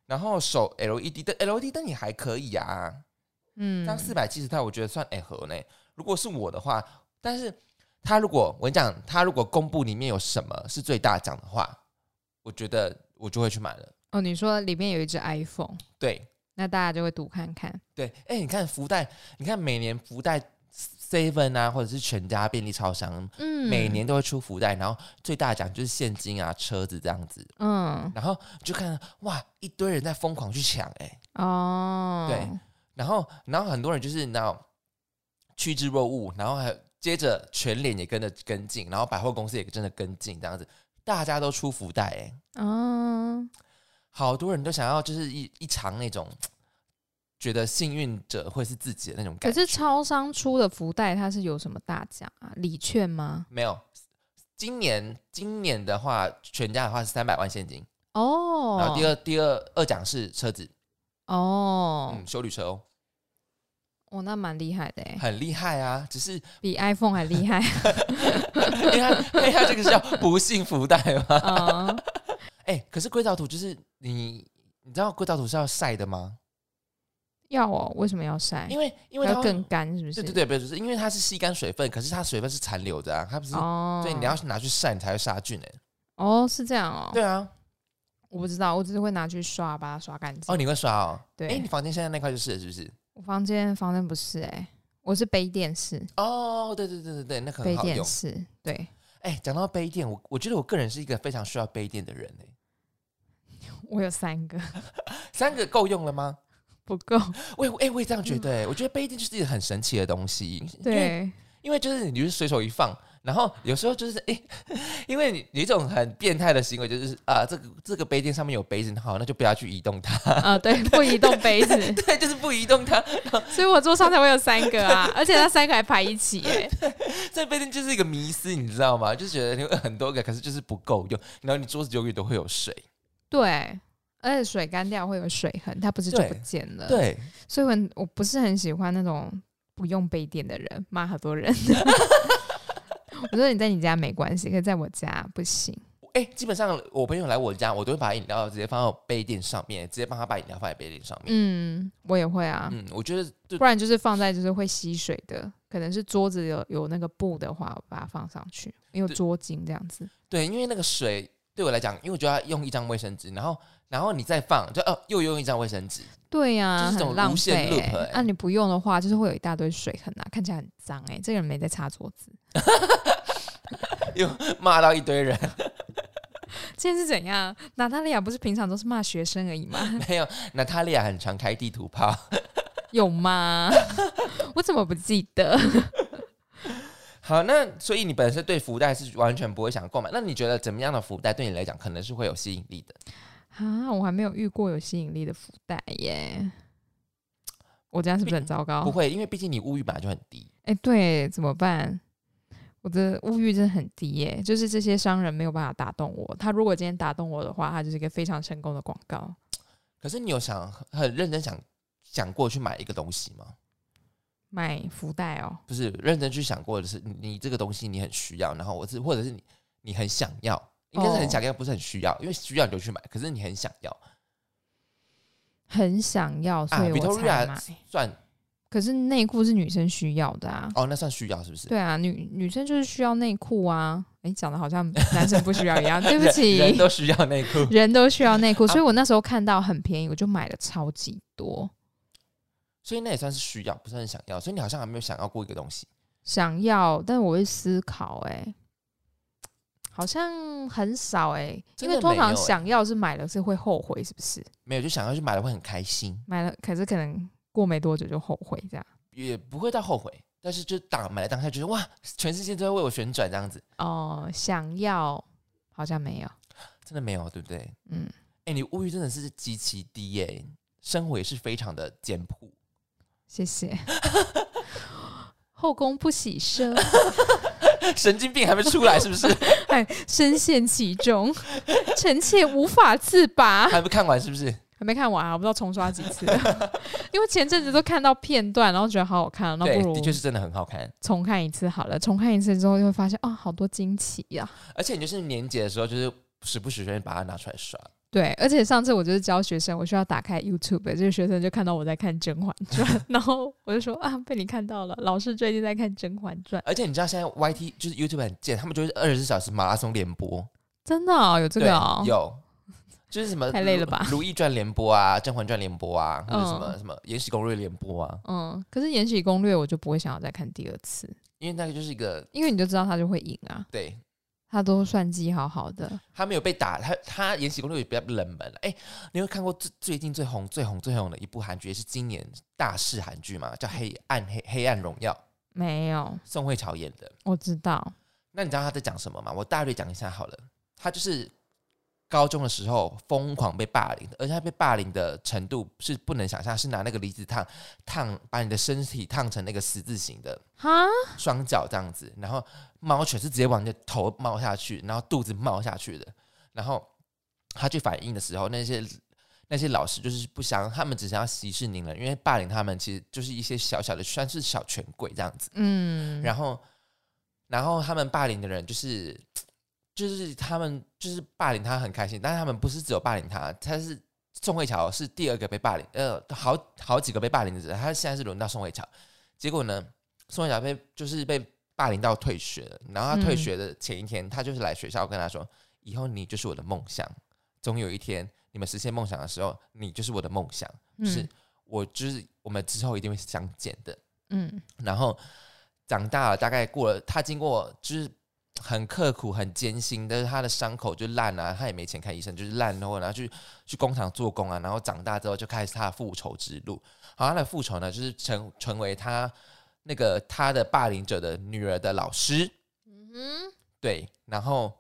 [SPEAKER 2] 然后手 LED 灯，LED 灯也还可以啊。
[SPEAKER 1] 嗯
[SPEAKER 2] 这，样四百七十套，我觉得算哎合呢。如果是我的话，但是他如果我跟你讲，他如果公布里面有什么是最大奖的话，我觉得我就会去买了。
[SPEAKER 1] 哦，你说里面有一只 iPhone，
[SPEAKER 2] 对
[SPEAKER 1] 那大家就会读看看，
[SPEAKER 2] 对，哎、你看福袋，你看每年福袋 Seven 啊，或者是全家便利超商，
[SPEAKER 1] 嗯，
[SPEAKER 2] 每，年都会出福袋，然后最大奖就是现金啊、车子这样子。
[SPEAKER 1] 嗯，
[SPEAKER 2] 然后就看哇，一堆人在疯狂去抢哎、
[SPEAKER 1] 哦，
[SPEAKER 2] 对，然后然后很多人就是那种趋之若鹜，然后还有接着全脸也跟着跟进，然后百货公司也跟着跟进，这样子大家都出福袋、欸，
[SPEAKER 1] 哦，
[SPEAKER 2] 好多人都想要就是一一尝那种觉得幸运者会是自己的那种
[SPEAKER 1] 可
[SPEAKER 2] 感觉，
[SPEAKER 1] 是超商出的福袋它是有什么大奖啊？礼券吗？
[SPEAKER 2] 没有。今年今年的话，全家的话是三百万现金，
[SPEAKER 1] 哦，
[SPEAKER 2] 然后第，二第二二奖是车子，
[SPEAKER 1] 哦，
[SPEAKER 2] 嗯，修旅车哦，
[SPEAKER 1] 哦，那蛮厉害的欸，
[SPEAKER 2] 很厉害啊！只是
[SPEAKER 1] 比 iPhone 还厉害，
[SPEAKER 2] 因为它因为它这个是叫不幸福袋哦嘛，
[SPEAKER 1] 嗯，
[SPEAKER 2] 哎、可是硅藻土就是你，你知道硅藻土是要晒的吗？
[SPEAKER 1] 要哦，为什么要晒？
[SPEAKER 2] 因为因为它
[SPEAKER 1] 要
[SPEAKER 2] 会
[SPEAKER 1] 更干，是不是？
[SPEAKER 2] 对对对，不是就是因为它是吸干水分，可是它水分是残留的啊，它不是，
[SPEAKER 1] 哦，
[SPEAKER 2] 所以你要拿去晒，你才会杀菌哎、
[SPEAKER 1] 哦，是这样哦。
[SPEAKER 2] 对啊，
[SPEAKER 1] 我不知道，我只是会拿去刷，把它刷干净。
[SPEAKER 2] 哦，你会刷哦？
[SPEAKER 1] 对，
[SPEAKER 2] 哎、你房间现在那块就是了是不是？
[SPEAKER 1] 我房间房间不是哎、我是杯垫式，
[SPEAKER 2] 哦，对对对对对，那个很
[SPEAKER 1] 杯
[SPEAKER 2] 好
[SPEAKER 1] 垫
[SPEAKER 2] 用。
[SPEAKER 1] 式，对
[SPEAKER 2] 哎、讲到杯垫，我我觉得我个人是一个非常需要杯垫的人哎、
[SPEAKER 1] 我有三个
[SPEAKER 2] 三个够用了吗？
[SPEAKER 1] 不够，
[SPEAKER 2] 我也哎、我也这样觉得、哎，我觉得杯垫就是一个很神奇的东西，因为
[SPEAKER 1] 对
[SPEAKER 2] 因为就是你就是随手一放，然后有时候就是诶、 因为你有一种很变态的行为，就是啊，这个这个杯垫上面有杯子，好，那就不要去移动它，
[SPEAKER 1] 啊，对，不移动杯子，
[SPEAKER 2] 对，就是不移动它。
[SPEAKER 1] 所以我桌上才会有三个 啊，而且那三个还排一起哎、
[SPEAKER 2] 这杯垫就是一个迷思，你知道吗？就觉得你有很多个，可是就是不够用，然后你桌子永远都会有水。
[SPEAKER 1] 对，而且水干掉会有水痕，它不是就
[SPEAKER 2] 对
[SPEAKER 1] 不见了。，
[SPEAKER 2] 对，
[SPEAKER 1] 所以我很我不是很喜欢那种不用杯垫的人，骂很多人。 我说你在你家没关系，可是在我家不行。
[SPEAKER 2] 哎、基本上我朋友来我家，我都会把饮料直接放到杯垫上面，直接帮他把饮料放在杯垫上面。
[SPEAKER 1] 嗯，我也会啊，
[SPEAKER 2] 嗯，我觉得就
[SPEAKER 1] 不然就是放在就是会吸水的，可能是桌子有有那个布的话，我把它放上去，因为
[SPEAKER 2] 对
[SPEAKER 1] 桌巾这样子。
[SPEAKER 2] 对，因为那个水对我来讲，因为我就要用一张卫生纸，然后然后你再放，就哦又用一张卫生纸，
[SPEAKER 1] 对呀、
[SPEAKER 2] 就是这种
[SPEAKER 1] 很浪
[SPEAKER 2] 无
[SPEAKER 1] 费、
[SPEAKER 2] 限 loop
[SPEAKER 1] 欸
[SPEAKER 2] 欸。
[SPEAKER 1] 那、你不用的话，就是会有一大堆水痕啊，看起来很脏哎、这个人没在擦桌子，
[SPEAKER 2] 又骂到一堆人。
[SPEAKER 1] 今天是怎样？娜塔莉亚不是平常都是骂学生而已吗？
[SPEAKER 2] 没有，娜塔莉亚很常开地图炮。
[SPEAKER 1] 有吗？ 我怎么不记得？
[SPEAKER 2] 好，那所以你本身对福袋是完全不会想购买，那你觉得怎么样的福袋对你来讲可能是会有吸引力的？
[SPEAKER 1] 啊，我还没有遇过有吸引力的福袋耶。我这样是不是很糟糕
[SPEAKER 2] 不？会，因为毕竟你物欲本来就很低。
[SPEAKER 1] 哎、对，怎么办？我的物欲真的很低耶，就是这些商人没有办法打动我。他如果今天打动我的话，他就是一个非常成功的广告。
[SPEAKER 2] 可是你有想很认真想想过去买一个东西吗？
[SPEAKER 1] 买福袋哦，
[SPEAKER 2] 不是认真去想过的是，你你这个东西你很需要，然后我是或者是你你很想要，应该是
[SPEAKER 1] 哦
[SPEAKER 2] 很想要，不是很需要，因为需要你就去买，可是你很想要，
[SPEAKER 1] 很想要，所以
[SPEAKER 2] 啊
[SPEAKER 1] 我才
[SPEAKER 2] Victoria
[SPEAKER 1] 买。
[SPEAKER 2] 算
[SPEAKER 1] 可是内裤是女生需要的啊。
[SPEAKER 2] 哦，那算需要是不是？
[SPEAKER 1] 对啊，女女生就是需要内裤啊！哎，讲的好像男生不需要一 样，对不起，。
[SPEAKER 2] 人人都需要内裤
[SPEAKER 1] 人都需要内裤，
[SPEAKER 2] 啊
[SPEAKER 1] 所以我那时候看到很便宜，我就买了超级多。
[SPEAKER 2] 所以那也算是需要，不是很想要。所以你好像还没有想要过一个东西。
[SPEAKER 1] 想要，但我会思考、哎，好像很少哎、因
[SPEAKER 2] 真的
[SPEAKER 1] 为通
[SPEAKER 2] 没
[SPEAKER 1] 常
[SPEAKER 2] 有欸
[SPEAKER 1] 想要是买了是会后悔，是不是？
[SPEAKER 2] 没有就想要去买了会很开心，
[SPEAKER 1] 买了可是可能过没多久就后悔这样。
[SPEAKER 2] 也不会到后悔，但是就当买了当下觉得哇，全世界都在为我旋转这样子，
[SPEAKER 1] 哦、想要好像没有，
[SPEAKER 2] 真的没有，对不对？哎、
[SPEAKER 1] 嗯，
[SPEAKER 2] 你物欲真的是极其低耶、生活也是非常的简朴。
[SPEAKER 1] 谢谢。 后宫不喜生，
[SPEAKER 2] 神经病还没出来是不是？
[SPEAKER 1] 哎，深陷其中，臣妾无法自拔。
[SPEAKER 2] 还没看完是不是？
[SPEAKER 1] 还没看完啊，我不知道重刷几次， 因为前阵子都看到片段，然后觉得好好看啊，那
[SPEAKER 2] 对
[SPEAKER 1] 不，如
[SPEAKER 2] 的确是真的很好看。
[SPEAKER 1] 重看一次好了。重看一次之后就会发现，哦，好多惊奇啊呀、
[SPEAKER 2] 而且你就是年节的时候，就是时不时就把它拿出来刷。
[SPEAKER 1] 对，而且上次我就是教学生，我需要打开 YouTube，这个学生就看到我在看《甄嬛传》，然后我就说啊，被你看到了，老师最近在看《甄嬛传》，
[SPEAKER 2] 而且你知道现在 YT 就是 YouTube 很贱，他们就是二十四小时马拉松连播，
[SPEAKER 1] 真的、哦、有这
[SPEAKER 2] 对
[SPEAKER 1] 个哦，
[SPEAKER 2] 有。 就是什么
[SPEAKER 1] 太累了吧
[SPEAKER 2] 《如懿传》联播啊，《甄嬛传》联播啊，或者什么、
[SPEAKER 1] 嗯
[SPEAKER 2] 什么《延禧攻略》联播啊，
[SPEAKER 1] 嗯，可是《延禧攻略》我就不会想要再看第二次，
[SPEAKER 2] 因为那个就是一个
[SPEAKER 1] 因为你就知道他就会赢啊，
[SPEAKER 2] 对，
[SPEAKER 1] 他都算计好好的。
[SPEAKER 2] 他没有被打，他他《延禧攻略》也比较冷门。哎、你有看过最最近最红、最红、最红的一部韩剧，也是今年大势韩剧嘛，叫《黑暗黑黑暗荣耀》，
[SPEAKER 1] 没有，
[SPEAKER 2] 宋慧乔演的。
[SPEAKER 1] 我知道，
[SPEAKER 2] 那你知道他在讲什么吗？我大略讲一下好了。他就是高中的时候疯狂被霸凌的，而且他被霸凌的程度是不能想象，是拿那个离子烫烫把你的身体烫成那个十字形的
[SPEAKER 1] 哈，
[SPEAKER 2] 双脚这样子，然后猫犬是直接往你的头冒下去，然后肚子冒下去的。然后他去反应的时候，那些那些老师就是不想，他们只想要息事宁人，因为霸凌他们其实就是一些小小的算是小权贵这样子。
[SPEAKER 1] 嗯，
[SPEAKER 2] 然后，然后他们霸凌的人就是，就是他们就是霸凌他很开心，但是他们不是只有霸凌他，他是宋慧乔是第二个被霸凌，呃，好好几个被霸凌的人，他现在是轮到宋慧乔，结果呢，宋慧乔被就是被霸凌到退学了，然后他退
[SPEAKER 1] 嗯
[SPEAKER 2] 学的前一天，他就是来学校跟他说，以后你就是我的梦想，总有一天你们实现梦想的时候，你就是我的梦想，就是
[SPEAKER 1] 嗯
[SPEAKER 2] 我就是我们之后一定会相见的。
[SPEAKER 1] 嗯
[SPEAKER 2] 然后长大了，大概过了，他经过就是很刻苦、很艰辛，但是他的伤口就烂啊，他也没钱看医生，就是烂然后然后去去工厂做工啊，然后长大之后就开始他的复仇之路。好，他的复仇呢，就是成成为他那个他的霸凌者的女儿的老师，
[SPEAKER 3] 嗯嗯，
[SPEAKER 2] 对，然后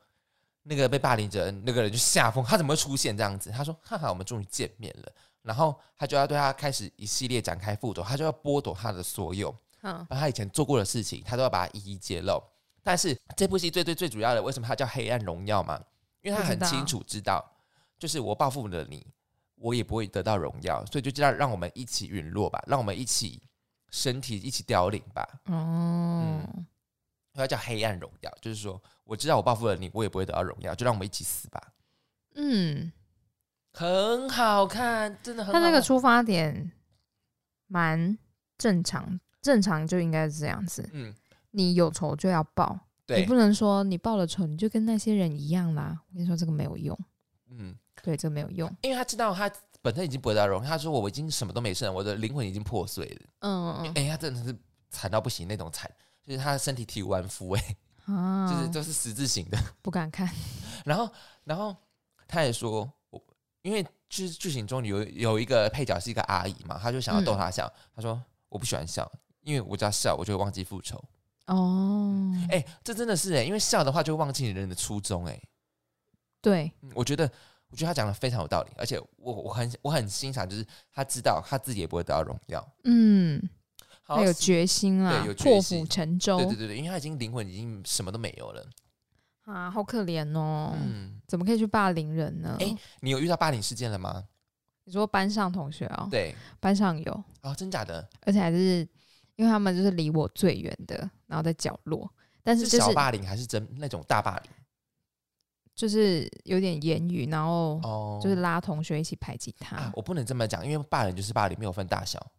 [SPEAKER 2] 那个被霸凌者那个人就吓疯，他怎么会出现这样子？他说：“哈哈，我们终于见面了。”然后他就要对他开始一系列展开复仇，他就要剥夺他的所有，
[SPEAKER 1] 嗯，
[SPEAKER 2] 把他以前做过的事情，他都要把它一一揭露。但是这部戏最最最主要的，为什么它叫《黑暗荣耀》嘛？因为他
[SPEAKER 1] 不知
[SPEAKER 2] 很
[SPEAKER 1] 道
[SPEAKER 2] 清楚知道，就是我报复了你，我也不会得到荣耀，所以就知道让我们一起陨落吧，让我们一起身体一起凋零吧。
[SPEAKER 1] 哦，
[SPEAKER 2] 它叫黑暗荣耀，就是说我知道我报复了你，我也不会得到荣耀，就让我们一起死吧。
[SPEAKER 1] 嗯，
[SPEAKER 2] 很好看，真的很
[SPEAKER 1] 他
[SPEAKER 2] 好
[SPEAKER 1] 那个
[SPEAKER 2] 看。
[SPEAKER 1] 出发点蛮正常，正常就应该是这样子。
[SPEAKER 2] 嗯，
[SPEAKER 1] 你有仇就要报，你
[SPEAKER 2] 对
[SPEAKER 1] 不，能说你报了仇你就跟那些人一样啦。我跟你说这个没有用，
[SPEAKER 2] 嗯，
[SPEAKER 1] 对，这个没有用。
[SPEAKER 2] 因为他知道他本身已经不得到荣耀，他说我已经什么都没剩，我的灵魂已经破碎了。
[SPEAKER 1] 嗯
[SPEAKER 2] 哎、他真的是惨到不行那种惨，就是他的身体体无完肤，哎、
[SPEAKER 1] 嗯啊，
[SPEAKER 2] 就是都是十字形的。
[SPEAKER 1] 不敢看。
[SPEAKER 2] 然后，然后他也说，我因为就是剧情中有有一个配角是一个阿姨嘛，他就想要逗
[SPEAKER 1] 嗯
[SPEAKER 2] 她笑，他说我不喜欢笑，因为我只要笑我就会忘记复仇。
[SPEAKER 1] 哦，
[SPEAKER 2] 哎、这真的是哎、因为笑的话就会忘记你人的初衷哎、
[SPEAKER 1] 对，
[SPEAKER 2] 嗯我觉得，我觉得他讲的非常有道理，而且我我很我很欣赏，就是他知道他自己也不会得到荣耀，
[SPEAKER 1] 嗯，
[SPEAKER 2] 好
[SPEAKER 1] 他有决心啦
[SPEAKER 2] 对有，决
[SPEAKER 1] 破
[SPEAKER 2] 心
[SPEAKER 1] 釜沉舟
[SPEAKER 2] 对对对对，因为他已经灵魂已经什么都没有了。
[SPEAKER 1] 啊，好可怜哦，
[SPEAKER 2] 嗯，
[SPEAKER 1] 怎么可以去霸凌人呢？
[SPEAKER 2] 哎你有遇到霸凌事件了吗？
[SPEAKER 1] 你说班上同学哦，
[SPEAKER 2] 对，
[SPEAKER 1] 班上有，
[SPEAKER 2] 哦，真假的，
[SPEAKER 1] 而且还是因为他们就是离我最远的，然后在角落，但是
[SPEAKER 2] 是
[SPEAKER 1] 就
[SPEAKER 2] 小
[SPEAKER 1] 是
[SPEAKER 2] 霸凌还是真那种大霸凌？
[SPEAKER 1] 就是有点言语，然后
[SPEAKER 2] 哦，
[SPEAKER 1] 嗯就是拉同学一起排挤他。
[SPEAKER 2] 啊，我不能这么讲，因为霸凌就是霸凌，没有分大小。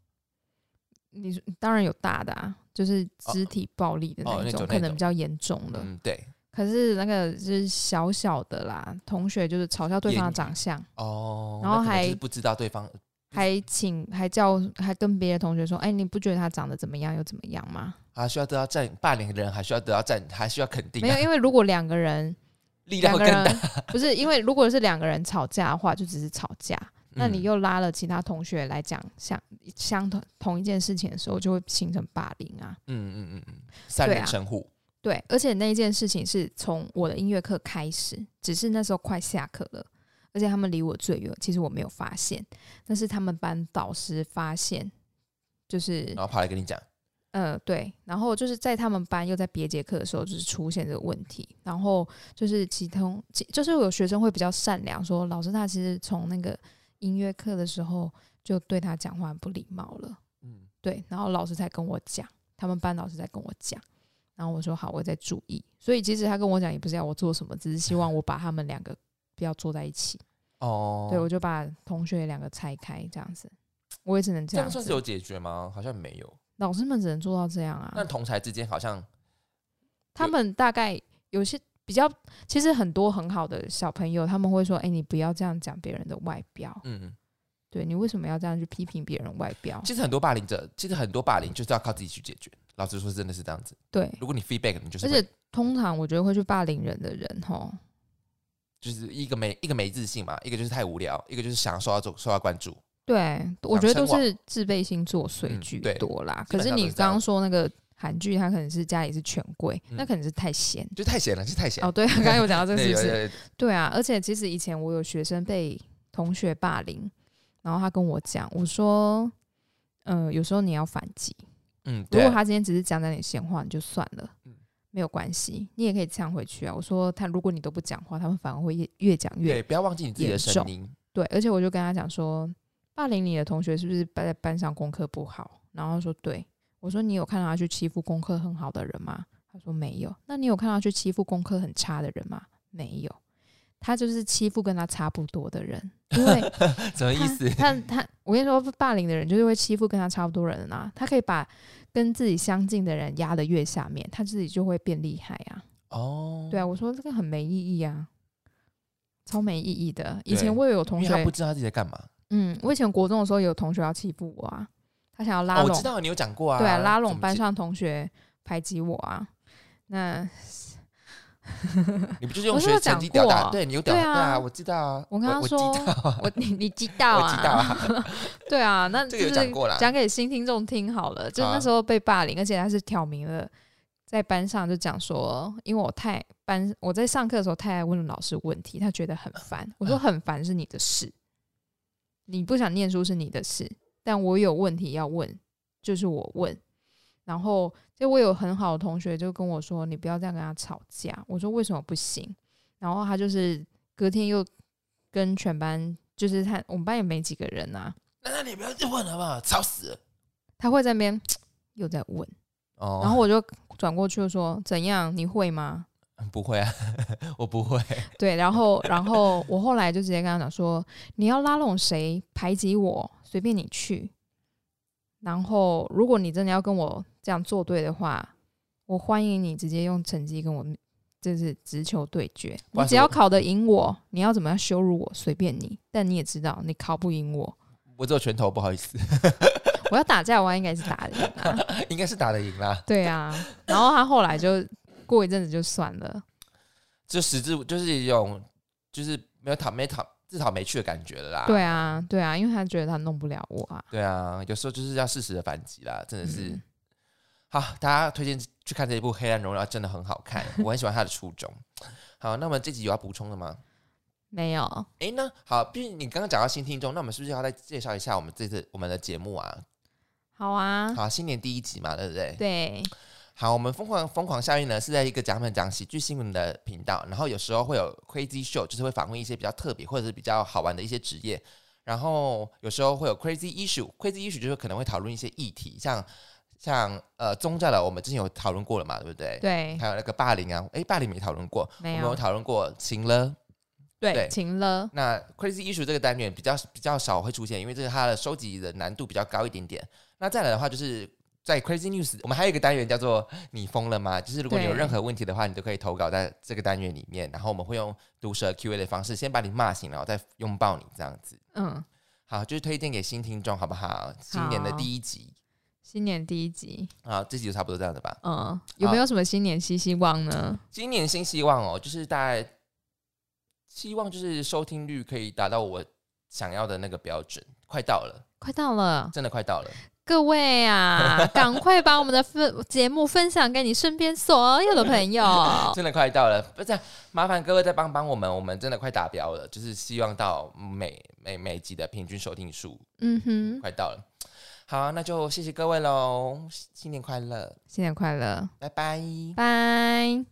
[SPEAKER 1] 你说当然有大的啊，就是肢体暴力的
[SPEAKER 2] 哦
[SPEAKER 1] 那
[SPEAKER 2] 那
[SPEAKER 1] 一种，
[SPEAKER 2] 种那
[SPEAKER 1] 可能
[SPEAKER 2] 种
[SPEAKER 1] 比较严重了。
[SPEAKER 2] 嗯，对，
[SPEAKER 1] 可是那个就是小小的啦，同学就是嘲笑对
[SPEAKER 2] 言
[SPEAKER 1] 方的
[SPEAKER 2] 语
[SPEAKER 1] 长相，
[SPEAKER 2] 哦，
[SPEAKER 1] 然后
[SPEAKER 2] 那可能就
[SPEAKER 1] 还
[SPEAKER 2] 是不知道对方，
[SPEAKER 1] 还请还叫还跟别的同学说，哎，你不觉得他长得怎么样又怎么样吗？
[SPEAKER 2] 还啊需要得到赞，霸凌的人还需要得到赞，还需要肯定
[SPEAKER 1] 没
[SPEAKER 2] 啊、
[SPEAKER 1] 有，因为如果两个人
[SPEAKER 2] 力量
[SPEAKER 1] 两
[SPEAKER 2] 会
[SPEAKER 1] 个
[SPEAKER 2] 更大。
[SPEAKER 1] 人不是因为如果是两个人吵架的话，就只是吵架。那你
[SPEAKER 2] 嗯
[SPEAKER 1] 又拉了其他同学来讲相相同同一件事情的时候，就会形成霸凌啊。
[SPEAKER 2] 嗯嗯嗯嗯，三
[SPEAKER 1] 对
[SPEAKER 2] 人
[SPEAKER 1] 啊
[SPEAKER 2] 成虎。
[SPEAKER 1] 对，而且那一件事情是从我的音乐课开始，只是那时候快下课了，而且他们离我最远，其实我没有发现，那是他们班导师发现，就是
[SPEAKER 2] 然后跑来跟你讲，
[SPEAKER 1] 呃，对，然后就是在他们班又在别节课的时候，就是出现这个问题，然后就是其中，其就是有学生会比较善良，说老师他其实从那个音乐课的时候就对他讲话很不礼貌了，
[SPEAKER 2] 嗯，
[SPEAKER 1] 对，然后老师才跟我讲，他们班老师才跟我讲，然后我说好，我再注意，所以其实他跟我讲也不是要我做什么，只是希望我把他们两个不要坐在一起，
[SPEAKER 2] 哦，
[SPEAKER 1] 对我就把同学两个拆开这样子，我也只能
[SPEAKER 2] 这
[SPEAKER 1] 这样
[SPEAKER 2] 样算是有
[SPEAKER 1] 子，
[SPEAKER 2] 解决吗？好像没有。
[SPEAKER 1] 老师们只能做到这样啊，
[SPEAKER 2] 那同才之间好像
[SPEAKER 1] 他
[SPEAKER 2] 有
[SPEAKER 1] 们大概有些比较，其实很多很好的小朋友，他们会说：“哎、你不要这样讲别人的外表，
[SPEAKER 2] 嗯，
[SPEAKER 1] 对你为什么要这样去批评别人外表
[SPEAKER 2] 其实很多霸凌者，其实很多霸凌就是要靠自己去解决。老实说，真的是这样子。？”
[SPEAKER 1] 对，
[SPEAKER 2] 如果你 feedback，你就是
[SPEAKER 1] 而
[SPEAKER 2] 会
[SPEAKER 1] 且通常我觉得会去霸凌人的人，吼，
[SPEAKER 2] 就是一个没一个没自信嘛，一个就是太无聊，一个就是想要受到受受到关注。
[SPEAKER 1] 对我觉得都
[SPEAKER 2] 生
[SPEAKER 1] 是自卑心作祟
[SPEAKER 2] 嗯
[SPEAKER 1] 居
[SPEAKER 2] 对
[SPEAKER 1] 多啦。可
[SPEAKER 2] 基本
[SPEAKER 1] 是
[SPEAKER 2] 上都
[SPEAKER 1] 你
[SPEAKER 2] 是这样
[SPEAKER 1] 刚刚说那个韩剧，它可能是家里是权贵，那
[SPEAKER 2] 嗯
[SPEAKER 1] 可能是太闲。
[SPEAKER 2] 就太闲了，就太闲。
[SPEAKER 1] 哦，对，刚刚有讲到这
[SPEAKER 2] 对，
[SPEAKER 1] 个，是不
[SPEAKER 2] 有
[SPEAKER 1] 是？
[SPEAKER 2] 有有
[SPEAKER 1] 对啊，而且其实以前我有学生被同学霸凌，然后他跟我讲，我说，呃，有时候你要反击。
[SPEAKER 2] 嗯，
[SPEAKER 1] 如果
[SPEAKER 2] 对
[SPEAKER 1] 他今天只是讲讲你闲话，你就算了
[SPEAKER 2] 嗯，
[SPEAKER 1] 没有关系，你也可以呛回去啊。我说他，如果你都不讲话，他们反而会越越讲越
[SPEAKER 2] 对，不要忘记你自己的
[SPEAKER 1] 严
[SPEAKER 2] 声
[SPEAKER 1] 重
[SPEAKER 2] 音。
[SPEAKER 1] 对。而且我就跟他讲说，霸凌你的同学是不是在班上功课不好？然后他说对，我说你有看到他去欺负功课很好的人吗？他说没有。那你有看到他去欺负功课很差的人吗？没有。他就是欺负跟他差不多的人，因为
[SPEAKER 2] 什么意思？
[SPEAKER 1] 他他他，我跟你说，霸凌的人就是会欺负跟他差不多人啊。他可以把跟自己相近的人压得越下面，他自己就会变厉害啊。
[SPEAKER 2] 哦，
[SPEAKER 1] 对啊，我说这个很没意义啊，超没意义的。以
[SPEAKER 2] 对
[SPEAKER 1] 前我也有同
[SPEAKER 2] 因为他
[SPEAKER 1] 学
[SPEAKER 2] 不，知道他自己在干嘛。
[SPEAKER 1] 嗯，我以前国中的时候有同学要欺负我啊，他想要拉
[SPEAKER 2] 哦，我
[SPEAKER 1] 拢，
[SPEAKER 2] 知道你有讲过啊，
[SPEAKER 1] 对啊，拉
[SPEAKER 2] 怎
[SPEAKER 1] 拢
[SPEAKER 2] 么
[SPEAKER 1] 班
[SPEAKER 2] 解，
[SPEAKER 1] 上同学排挤我啊。 那
[SPEAKER 2] 你不就是用
[SPEAKER 1] 我是
[SPEAKER 2] 学
[SPEAKER 1] 有
[SPEAKER 2] 成
[SPEAKER 1] 讲
[SPEAKER 2] 绩吊打？
[SPEAKER 1] 过
[SPEAKER 2] 对你有吊
[SPEAKER 1] 对
[SPEAKER 2] 打，对啊，
[SPEAKER 1] 啊
[SPEAKER 2] 我知道啊，
[SPEAKER 1] 我跟他
[SPEAKER 2] 我
[SPEAKER 1] 说
[SPEAKER 2] 知道啊
[SPEAKER 1] 我你你知道
[SPEAKER 2] 我知道
[SPEAKER 1] 啊，
[SPEAKER 2] 啊，
[SPEAKER 1] 对啊，那
[SPEAKER 2] 这
[SPEAKER 1] 就
[SPEAKER 2] 个有
[SPEAKER 1] 是
[SPEAKER 2] 讲过啦。
[SPEAKER 1] 讲给新听众听好了，就是
[SPEAKER 2] 好啊
[SPEAKER 1] 那时候被霸凌，而且他是挑明了。在班上就讲说，因为我太班我在上课的时候太爱问老师问题，他觉得很烦。我
[SPEAKER 2] 嗯
[SPEAKER 1] 说很烦是你的事，你不想念书是你的事，但我有问题要问，就是我问。然后，就我有很好的同学就跟我说，你不要这样跟他吵架。我说为什么不行？然后他就是隔天又跟全班，就是他我们班也没几个人啊，
[SPEAKER 2] 那那你不要再问了好不好？吵死了！
[SPEAKER 1] 他会在那边又在问，
[SPEAKER 2] 哦，
[SPEAKER 1] 然后我就转过去就说：“怎样？你会吗
[SPEAKER 2] 我不会啊， 我不会。？”
[SPEAKER 1] 对，然后然后我后来就直接跟他讲说：“你要拉拢谁，排挤我，随便你去。然后如果你真的要跟我这样作对的话，我欢迎你直接用成绩跟我就是直球对决。
[SPEAKER 2] 不
[SPEAKER 1] 你
[SPEAKER 2] 然
[SPEAKER 1] 只
[SPEAKER 2] 是
[SPEAKER 1] 要
[SPEAKER 2] 我
[SPEAKER 1] 考得赢我，你要怎么样羞辱我随便你。但你也知道，你考不赢我，
[SPEAKER 2] 我只有拳头，不好意思，
[SPEAKER 1] 我要打架，我应该是打得赢啊。”
[SPEAKER 2] 应该是打得赢啦。
[SPEAKER 1] 对啊，然后他后来就过一阵子就算了，
[SPEAKER 2] 就实质就是一种，就是没有讨没讨自讨没趣的感觉了啦。
[SPEAKER 1] 对啊，对啊，因为他觉得他弄不了我啊，
[SPEAKER 2] 对啊，有时候就是要适时的反击啦，真的是。
[SPEAKER 1] 嗯
[SPEAKER 2] 好，大家推荐去看这一部《黑暗荣耀》，真的很好看，我很喜欢它的初衷。好，那我们这集有要补充的吗？
[SPEAKER 1] 没有，
[SPEAKER 2] 诶，那好，毕竟你刚刚讲到新听众，那我们是不是要再介绍一下我们这次我们的节目啊？
[SPEAKER 1] 好啊，
[SPEAKER 2] 好，新年第一集嘛，对不对？
[SPEAKER 1] 对，
[SPEAKER 2] 好，我们疯狂疯狂效应呢是在一个讲本讲喜剧新闻的频道，然后有时候会有 Crazy Show，就是会访问一些比较特别或者是比较好玩的一些职业，然后有时候会有 Crazy Issue，Crazy Issue 就是可能会讨论一些议题，像像呃宗教的，我们之前有讨论过了嘛，对不对？
[SPEAKER 1] 对，
[SPEAKER 2] 还有那个霸凌啊，诶，霸凌没讨论过，我
[SPEAKER 1] 没
[SPEAKER 2] 们有
[SPEAKER 1] 有，
[SPEAKER 2] 讨论过情了。对
[SPEAKER 1] 对，晴了，
[SPEAKER 2] 那 crazy issue 这个单元比较比较少会出现，因为这个它的收集的难度比较高一点点。那再来的话，就是在 crazy news，我们还有一个单元叫做“你疯了吗”，就是如果你有
[SPEAKER 1] 对
[SPEAKER 2] 任何问题的话，你都可以投稿在这个单元里面，然后我们会用毒舌 Q&A 的方式先把你骂醒，然后再拥抱你这样子。
[SPEAKER 1] 嗯，
[SPEAKER 2] 好，就是推荐给新听众，好不好？新年的第一集
[SPEAKER 1] 新年第一集，
[SPEAKER 2] 啊，这集就差不多这样子吧。
[SPEAKER 1] 嗯，有
[SPEAKER 2] 好
[SPEAKER 1] 没有什么新年新希望呢？
[SPEAKER 2] 今年新希望哦，就是大概希望就是收听率可以达到我想要的那个标准，快到了，
[SPEAKER 1] 快到了，
[SPEAKER 2] 真的快到了。
[SPEAKER 1] 各位啊， 赶快把我们的分节目分享给你身边所有的朋友。
[SPEAKER 2] 真的快到了，不是麻烦各位再帮帮我们，我们真的快达标了，就是希望到每每每集的平均收听数
[SPEAKER 1] 嗯哼，
[SPEAKER 2] 快到了。好，那就谢谢各位喽，新年快乐，
[SPEAKER 1] 新年快乐，
[SPEAKER 2] 拜拜。
[SPEAKER 1] 拜。